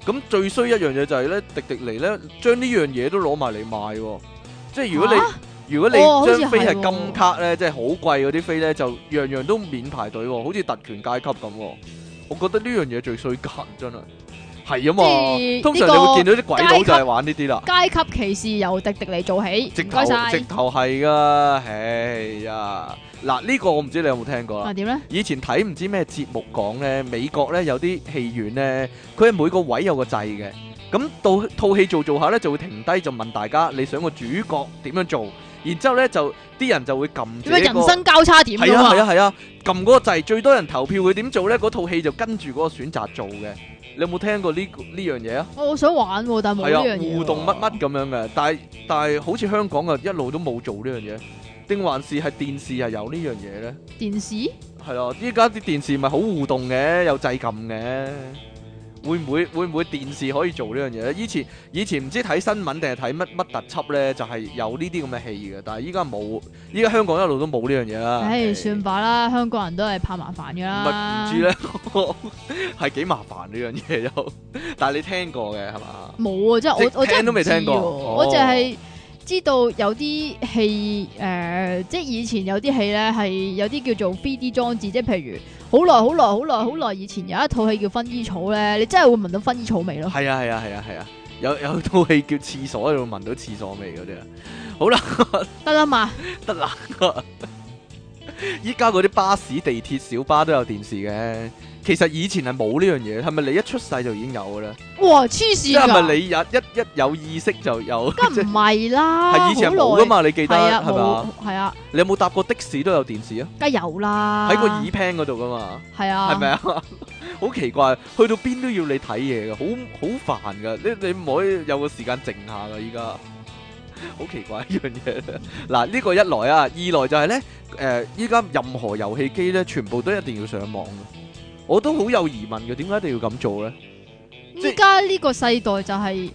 A: 咁最衰一樣嘢就係咧，迪迪尼咧將呢樣嘢都攞埋嚟賣喎。即係如果你、
B: 嚇
A: 如果你
B: 哦好似
A: 張飛
B: 係
A: 係
B: 喎
A: 金卡咧，即係好貴嗰啲飛咧，就樣樣都免排隊喎，好似特權階級咁喎。我覺得呢樣嘢最衰格真係係啊嘛。
B: 即係
A: 通常
B: 呢個
A: 你會見到啲鬼佬
B: 階級
A: 就係玩呢啲啦。
B: 階級歧視由迪迪尼做起，
A: 直
B: 唔
A: 頭
B: 該晒。
A: 直頭係噶，唉呀！嗱呢個我唔知你有冇聽過啦
B: 啊。點咧？
A: 以前睇唔知咩節目講咧，美國咧有啲戲院咧，佢係每個位有個掣嘅。咁到套戲做做下咧，就會停低就問大家你想個主角點樣做，然之後咧就啲人就會撳住
B: 點解
A: 呢
B: 人
A: 個
B: 生交叉點
A: 係啊係
B: 㗎
A: 啊
B: 嘛？
A: 係啊，撳嗰個掣最多人投票佢點做咧，嗰套戲就跟住嗰個選擇做嘅。你有冇聽過呢個呢樣嘢啊？
B: 我想玩喎，但係冇
A: 係
B: 呢樣
A: 啊，
B: 嘢喎。
A: 互動乜乜咁樣嘅，但係但係好似香港啊一路都冇做呢樣嘢，定還是係電視係有呢樣嘢咧？
B: 電視？
A: 啊係咯，依家啲電視咪好互動嘅，有掣撳嘅，會唔會會唔會電視可以做呢樣嘢咧？以前以前唔知睇新聞定係睇乜乜特輯咧，就係、有呢啲咁嘅戲嘅，但係依家冇，依家香港一路都冇呢樣嘢啦。
B: 唉，
A: 唉
B: 算吧啦，香港人都係怕麻煩噶
A: 啊唔係
B: 啦。
A: 唔知咧，係幾麻煩呢 樣嘢又，但係你聽過嘅係嘛？
B: 冇啊，真係
A: 即
B: 我我真係
A: 聽都未
B: 唔知
A: 聽過
B: 喎
A: 哦
B: 我就係知道有啲戲誒，即係以前有啲戲咧係有啲叫做 3D 裝置，即係譬如好耐好耐好
A: 嗯
B: 耐好耐以前有一套戲叫薰衣草咧，你真係會聞到薰衣草味咯。
A: 係啊係啊係啊係啊，有有套戲叫廁所喺度聞到廁所味嗰啲啊。好啦，
B: 得啦嘛，
A: 得啦。依家嗰啲巴士、地鐵、小巴都有電視嘅，其實以前係冇呢樣嘢，係咪你一出世就已經有嘅咧？
B: 哇黐線
A: 即係咪
B: 㗎，
A: 你有一一有意識就有？
B: 梗唔係啦，
A: 係以前係冇噶嘛？你記
B: 好
A: 得
B: 耐，係啊
A: 係嘛？
B: 冇，係啊，
A: 你有冇搭過的士都有電視啊？
B: 梗係有啦，
A: 喺個耳 pan 嗰度噶嘛？
B: 係啊，
A: 係咪啊？好奇怪，去到邊都要你睇嘢嘅，好好煩噶。你你唔可以有個時間靜下噶，依家好奇怪呢樣嘢。 嗱，呢個一來啊，二來就係咧，誒、依家任何遊戲機咧，全部都一定要上網嘅。我都好有疑問嘅，點解一定要咁做咧？即係
B: 依家呢個世代就係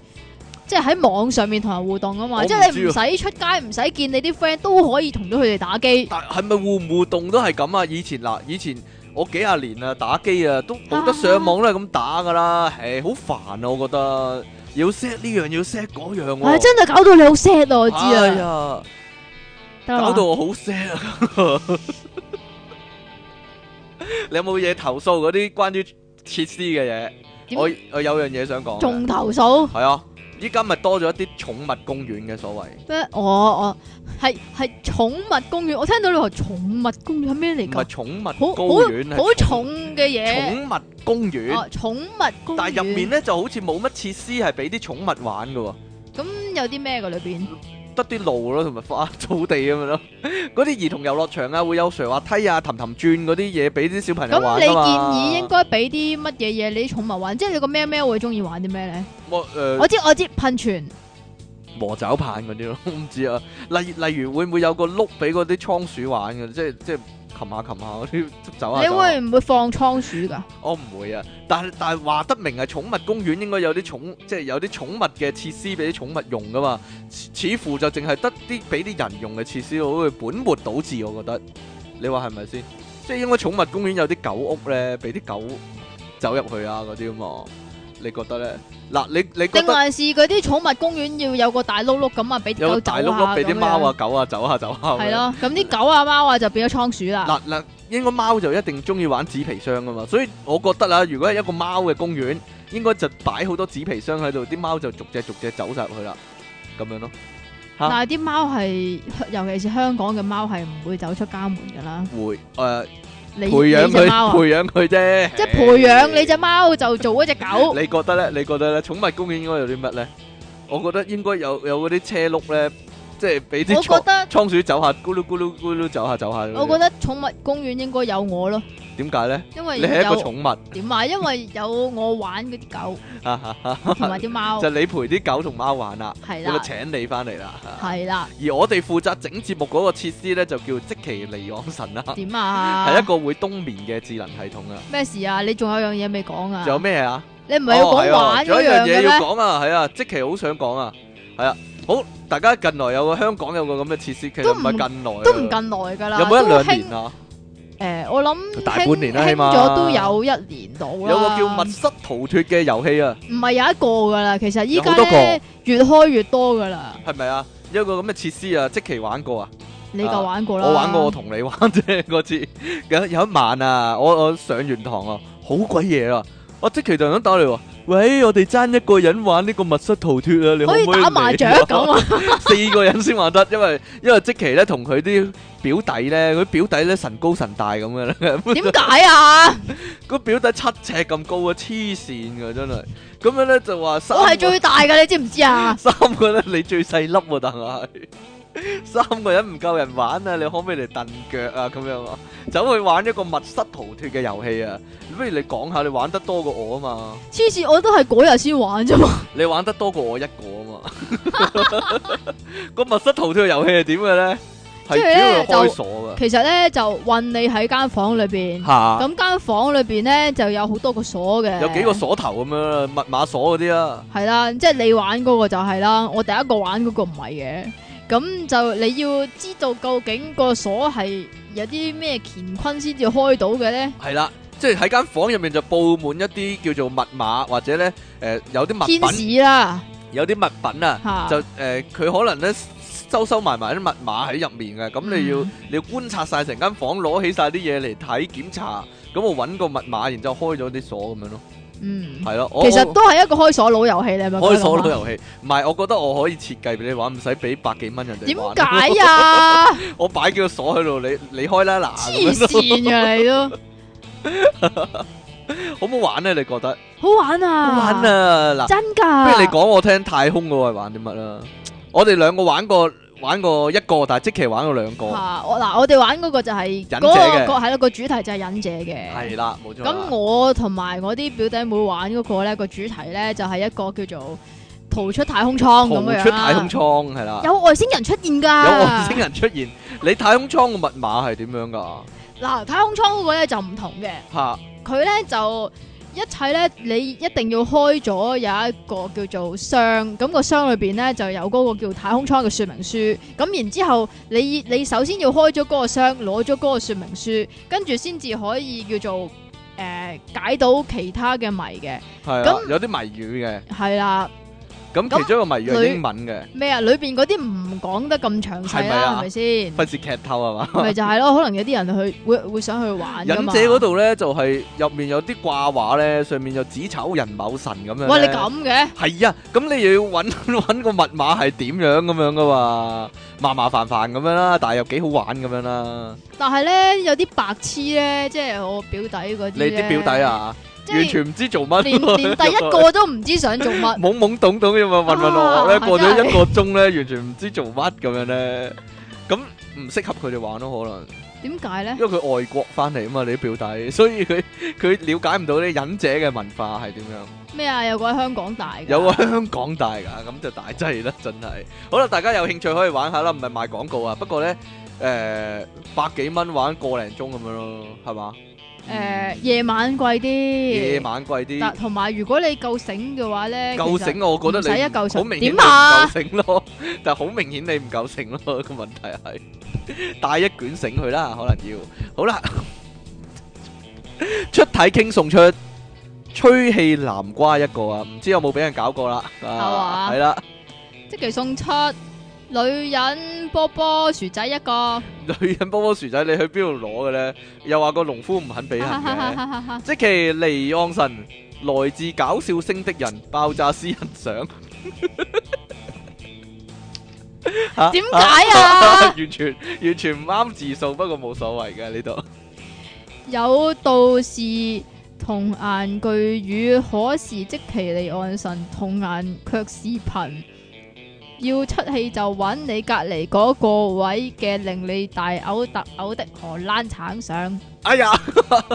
B: 即係喺網上面同人互動啊
A: 我
B: 嘛，
A: 唔
B: 即係你唔使出街，唔使見你啲 friend 都可以同到佢哋打機。
A: 但係咪互唔互動都係咁啊？以前嗱，以前我幾廿年啊，打機啊，都冇得上網都係咁打噶啦，唉，好煩啊！我覺得要 set 呢樣，要 set 嗰樣喎、
B: 唉，真係搞到你好 sad 啊！我知
A: 哎
B: 啊，
A: 呀
B: 得啦嘛
A: 搞到我好 sad 啊！ 你有冇嘢投訴嗰啲關於設施嘅嘢？
B: 點
A: 我我有樣嘢想講
B: 仲
A: 嘅，
B: 投訴
A: 係啊！依家咪多咗一啲寵物公園嘅所謂，
B: 咩？我我係係寵物公園，我聽到你話寵物公園係咩嚟
A: 唔係
B: 㗎？
A: 寵物
B: 好
A: 公園，係
B: 好重嘅嘢，
A: 寵物公園。
B: 哦，寵物公園。
A: 但係入面咧就好似冇乜設施係俾啲寵物玩嘅喎，
B: 咁有啲咩㗎裏邊？
A: 得啲路咯，同埋花草地咁樣咯。 嗰啲兒童遊樂場啊，會有垂滑梯啊、氹氹轉嗰啲嘢俾啲小朋友
B: 咁
A: 玩
B: 你建
A: 㗎嘛
B: 議應該俾啲乜嘢嘢你啲寵物玩？即係你個咩咩會中意玩啲咩咧？
A: 我誒
B: 我知我知，噴泉。
A: 磨爪棒嗰啲咯，我 唔知啊。例例如會唔會有個碌俾嗰啲倉鼠玩嘅，即係即係擒下擒下嗰啲 執走下
B: 你
A: 走下。
B: 會唔會放倉鼠噶？
A: 我唔會啊，但係但係話得明係啊寵物公園應該有啲寵，即係有啲寵物嘅設施俾啲寵物用噶嘛。似似乎就淨係得啲俾啲人用嘅設施，好似本末倒置，我覺得。你話係咪先？即係應該寵物公園有啲狗屋咧，俾啲狗走入去啊嗰啲啊嘛。你覺得咧？嗱，你你覺
B: 定
A: 得
B: 還是嗰啲寵物公園要有個大碌碌咁啊，俾啲
A: 有
B: 狗
A: 個
B: 走
A: 大碌碌
B: 下
A: 俾啲
B: 咁
A: 貓啊
B: 樣
A: 狗啊走下走下咁樣？
B: 係咯，咁啲狗啊貓啊就變咗倉鼠啦。
A: 嗱嗱，應該貓就一定中意玩紙皮箱噶嘛，所以我覺得啦，如果係一個貓嘅公園，應該就擺好多紙皮箱喺度，啲貓就逐隻逐隻走晒入去啦，咁樣咯。嚇
B: 但係啲貓係，尤其是香港嘅貓係唔會走出家門噶啦。
A: 會誒、
B: 你
A: 培養
B: 你隻
A: 佢，
B: 貓啊
A: 培，養佢啫，
B: 即係培養你隻貓就做一隻 狗。
A: 你覺得咧？你覺得咧？寵物公園應該有啲乜咧？我覺得應該有有嗰啲車轆咧，即係俾啲
B: 我覺
A: 倉
B: 得
A: 倉鼠走下，咕嚕咕嚕咕嚕走下走下嗰啲。
B: 我覺得寵物公園應該有我咯，
A: 點解咧？
B: 因為
A: 你係一個
B: 有
A: 寵物，
B: 點啊？因為有我玩嗰 啲
A: 哈哈哈
B: 狗同埋啲貓
A: 就，你陪啲狗同貓玩啦，
B: 係
A: 我就
B: 啦，
A: 請你翻嚟啦。
B: 係啦，
A: 而我哋負責整節目嗰個設施咧，就叫即其離岸神啦，係
B: 點
A: 一
B: 啊？
A: 個會冬眠嘅智能系統啊。
B: 咩事啊？你仲有樣嘢未講啊？
A: 仲有咩啊？
B: 你唔係要講
A: 哦係啊
B: 玩
A: 仲
B: 嗰
A: 有一
B: 樣
A: 樣
B: 嘅
A: 嘢要
B: 咩？
A: 講啊，係啊，即其好想講啊，係啊。好，大家近來有個香港有個咁嘅設施，其實
B: 都
A: 唔
B: 唔
A: 係近來啊，
B: 都唔近耐噶啦，
A: 有冇一兩年
B: 都興？
A: 啊？
B: 誒，我諗
A: 大半年啦
B: 興
A: 起碼
B: 興咗都有一年到啦。
A: 有個叫密室逃脱嘅遊戲啊，
B: 唔係有一個噶啦，其實依
A: 有好
B: 家
A: 多個
B: 咧越開越多噶啦。
A: 係咪啊？有個咁嘅設施啊，即其玩過啊。
B: 你就玩過啦，
A: 我玩過，我同你玩啫嗰次。 有有一晚啊，我我上完堂啊，好鬼夜啊！我即期就想打嚟話，喂，我哋爭一個人玩呢個密室逃脱啊，你可
B: 可以
A: 唔可以
B: 打麻雀
A: 嚟啊
B: 咁 啊，
A: 四個人先玩得，因為因為即期咧同佢啲表弟咧，佢表弟咧神高神大咁嘅咧，
B: 點解啊？
A: 個表弟七尺咁高啊，黐線噶真係。咁樣咧就話三
B: 我係
A: 個
B: 最大噶，你知唔 知啊？
A: 三個咧，你最細粒喎，但係 三個人唔夠人玩啊！你可唔可以嚟蹬腳啊？咁樣啊，走去玩一個密室逃脱嘅遊戲啊！不如你講下，你玩得多過我啊嘛，
B: 黐線，我都係嗰日先玩啫嘛。
A: 你玩得多過我一個啊嘛。個密室逃脱嘅遊戲係點嘅咧？係
B: 即係咧
A: 主要佢開
B: 就
A: 鎖㗎
B: 其實咧就困你喺間房裏边，
A: 嚇。
B: 咁間房裏边咧就有好多個鎖嘅，
A: 有幾個鎖頭咁樣啦，密碼鎖嗰啲啦，
B: 系啦，即係你玩嗰個就係啦，我第一個玩嗰個唔係嘅。咁就你要知道究竟個鎖係有啲咩乾坤先至開到嘅咧？
A: 係啦，即係喺間房入面就佈滿一啲叫做密碼或者咧誒、呃有啲
B: 天
A: 物品，
B: 使啦，
A: 有啲物品啊，
B: 吓
A: 就誒佢、可能咧收收埋埋啲密碼喺入面嘅，咁你要、
B: 嗯
A: 你要觀察晒成間房，攞起晒啲嘢嚟睇檢查，咁我揾個密碼，然之後開咗啲鎖咁樣咯，
B: 嗯，
A: 係咯，我
B: 其實
A: 我
B: 都係一個開鎖佬遊戲你係咪
A: 開鎖
B: 佬
A: 到遊戲，唔係我覺得我可以設計俾你玩，唔使俾百幾蚊人哋
B: 點
A: 玩。
B: 解啊？
A: 我擺幾個鎖喺度，你你開啦嗱，咁
B: 黐
A: 樣咯
B: 線 嘅你都
A: 好唔好玩咧？你覺得？
B: 好玩啊！
A: 好玩！啊！嗱，
B: 真㗎！
A: 不如你講我聽太空嗰個係玩啲乜啦？我哋兩個玩過玩過一個，但係即期玩過兩個，
B: 啊我嗱，我哋玩嗰個就係
A: 者
B: 嗰
A: 嘅
B: 個個係啦，個主題就係忍者嘅。
A: 係啦，冇錯啦。
B: 咁我同埋我啲表弟妹玩嗰個咧，個主題咧就係一個叫做逃出太空艙哦咁樣
A: 逃
B: 啦
A: 出太空艙係啦，
B: 有啊外星人出現㗎。
A: 有外星人出現。你太空艙嘅密碼係點樣㗎？
B: 嗱，太空艙嗰個咧就唔同嘅，
A: 嚇
B: 佢咧就。一切咧，你一定要開咗有一個叫做箱，咁、個箱裏邊咧就有嗰個叫太空艙嘅說明書，咁然之後你你首先要開咗嗰個箱，攞咗嗰個說明書，跟住先至可以叫做誒、呃解到其他嘅謎嘅，
A: 係啊
B: 咁，
A: 有啲謎語
B: 係啦，
A: 嘅。咁
B: 咁
A: 其中一個謎語係
B: 女
A: 英文嘅，
B: 咩啊？裏邊嗰啲唔講得咁詳
A: 係
B: 細
A: 咪啊
B: 啦，係咪 先？
A: 費事劇透係嘛？
B: 咪就係咯，可能有啲人去會會想去玩
A: 忍
B: 㗎
A: 者
B: 嘛。
A: 嗰度咧就係入面有啲掛畫咧，上面有子丑人卯神咁樣。
B: 喂，你。咁嘅？
A: 係啊，咁你又要揾 揾個密碼係點樣咁樣噶嘛，麻麻煩煩咁樣啦，但係又幾好玩咁樣啦。
B: 但係咧，有啲白痴咧，即係我表弟嗰啲
A: 你啲表弟，啊，
B: 即係
A: 完全唔知做乜，啊
B: 連 連第一個都唔知想做乜，
A: 懵懵懂懂咁啊，渾渾噩噩咧，
B: 啊
A: 過咗
B: 真係
A: 一個鐘咧，完全唔知做乜咁樣咧，咁唔適合佢哋玩咯，可能
B: 點解咧？
A: 因為佢外國翻嚟啊嘛，你啲表 弟，所以佢佢了解唔到啲忍者嘅文化係點樣。
B: 咩啊？有個喺香港大㗎，
A: 有 啊，香港大噶，咁就大劑啦，真係。好啦，大家有興趣可以玩下啦，唔係賣廣告啊。不過咧，誒、ờ, 百幾蚊玩個零鐘咁樣咯，係嘛？
B: 誒夜晚貴
A: 夜
B: 啲，
A: 晚貴啲
B: 但，同埋如果你夠醒嘅話咧，
A: 夠
B: 其實
A: 醒我覺得
B: 唔使
A: 你
B: 一夠醒
A: 好明顯你唔
B: 點啊
A: 夠醒咯， 但係好明顯你唔夠醒咯， 個問題係帶一卷醒佢啦，可能要。好啦， 出體傾送出吹氣南瓜一個啊，唔知有冇俾人搞過啦？啊，
B: 嘛
A: 係啦。
B: 即期送出女人波波薯仔一個，
A: 女人波波薯仔，你去邊度攞嘅咧？又話個農夫唔肯俾人 嘅，即其離岸神來自搞笑星的人，爆炸私人相。 嚇
B: 點解啊？
A: 完全完全唔啱字數，不過冇所謂嘅呢度。
B: 有道是童顏巨乳，可是即其離岸神，童顏卻是貧。要出氣就揾你隔離嗰個位嘅令你大嘔特嘔的荷蘭橙上。
A: 哎呀，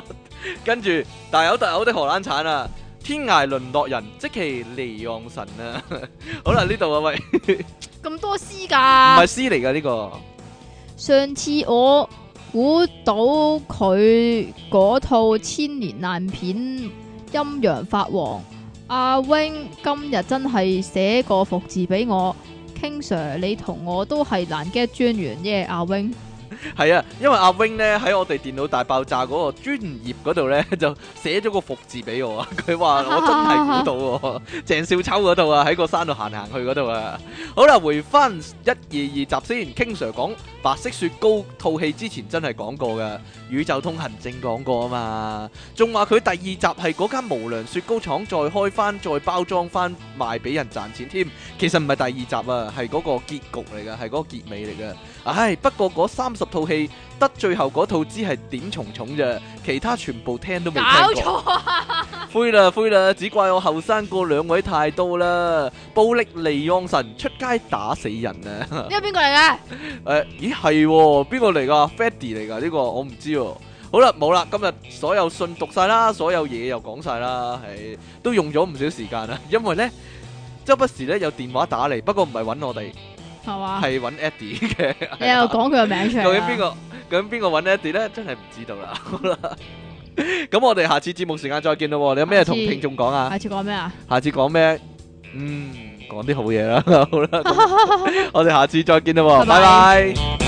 A: 跟住大有特有的荷蘭產啊，天涯淪落人，即其離岸神啊。 好啦，呢度啊，喂，唔
B: 咁多詩
A: 係
B: 㗎！
A: 詩嚟㗎呢個。
B: 上次我估到佢嗰套千年爛片《陰陽法王》，阿 wing 今日真係寫個服字俾我。King Sir，你同我都係難 get 專員耶，阿 wing
A: 係啊，因為阿 wing 咧喺我哋電腦大爆炸嗰個專業嗰度咧， 就寫咗個服字俾我啊。 佢話我真係估到喎，鄭少秋嗰度啊，喺個山度行行去嗰度啊。好啦，回翻一二二集先，King Sir 講白色雪糕套戲之前真係講過噶，宇宙通行證講過啊嘛，仲話佢第二集係嗰間無良雪糕廠再開翻、再包裝翻賣俾人賺錢添。其實唔係第二集啊，係嗰個結局嚟噶，係嗰個結尾嚟噶。唉，不過嗰三十套戲得最後嗰套只係點重重啫，其他全部聽都未
B: 搞
A: 聽過。
B: 錯啊！
A: 灰啦灰啦，只怪我後生過兩位太多啦！暴力離岸神出街打死人啊！
B: 呢個邊個嚟嘅？
A: 誒、咦係喎，邊個嚟㗎？Freddy 嚟㗎呢個，我唔知喎。好啦，冇啦，今日所有信讀晒啦，所有嘢又講晒啦，係都 用咗唔少時間啦，因為呢，周不時呢有電話打嚟，不過唔係揾我哋，
B: 系嘛？
A: 係揾 Eddie 嘅。
B: 你又講佢個名出嚟啦啊
A: 究竟邊個？究竟邊個揾 Eddie 咧？真係唔知道啦。 好啦，咁我哋下次節目時間再見咯喎。你有咩同
B: 下次
A: 聽眾講啊？
B: 下次講咩啊？
A: 下次講咩？ 嗯，講啲好嘢啦。好啦，咁我哋下次再見啦喎，
B: 拜拜
A: 拜拜。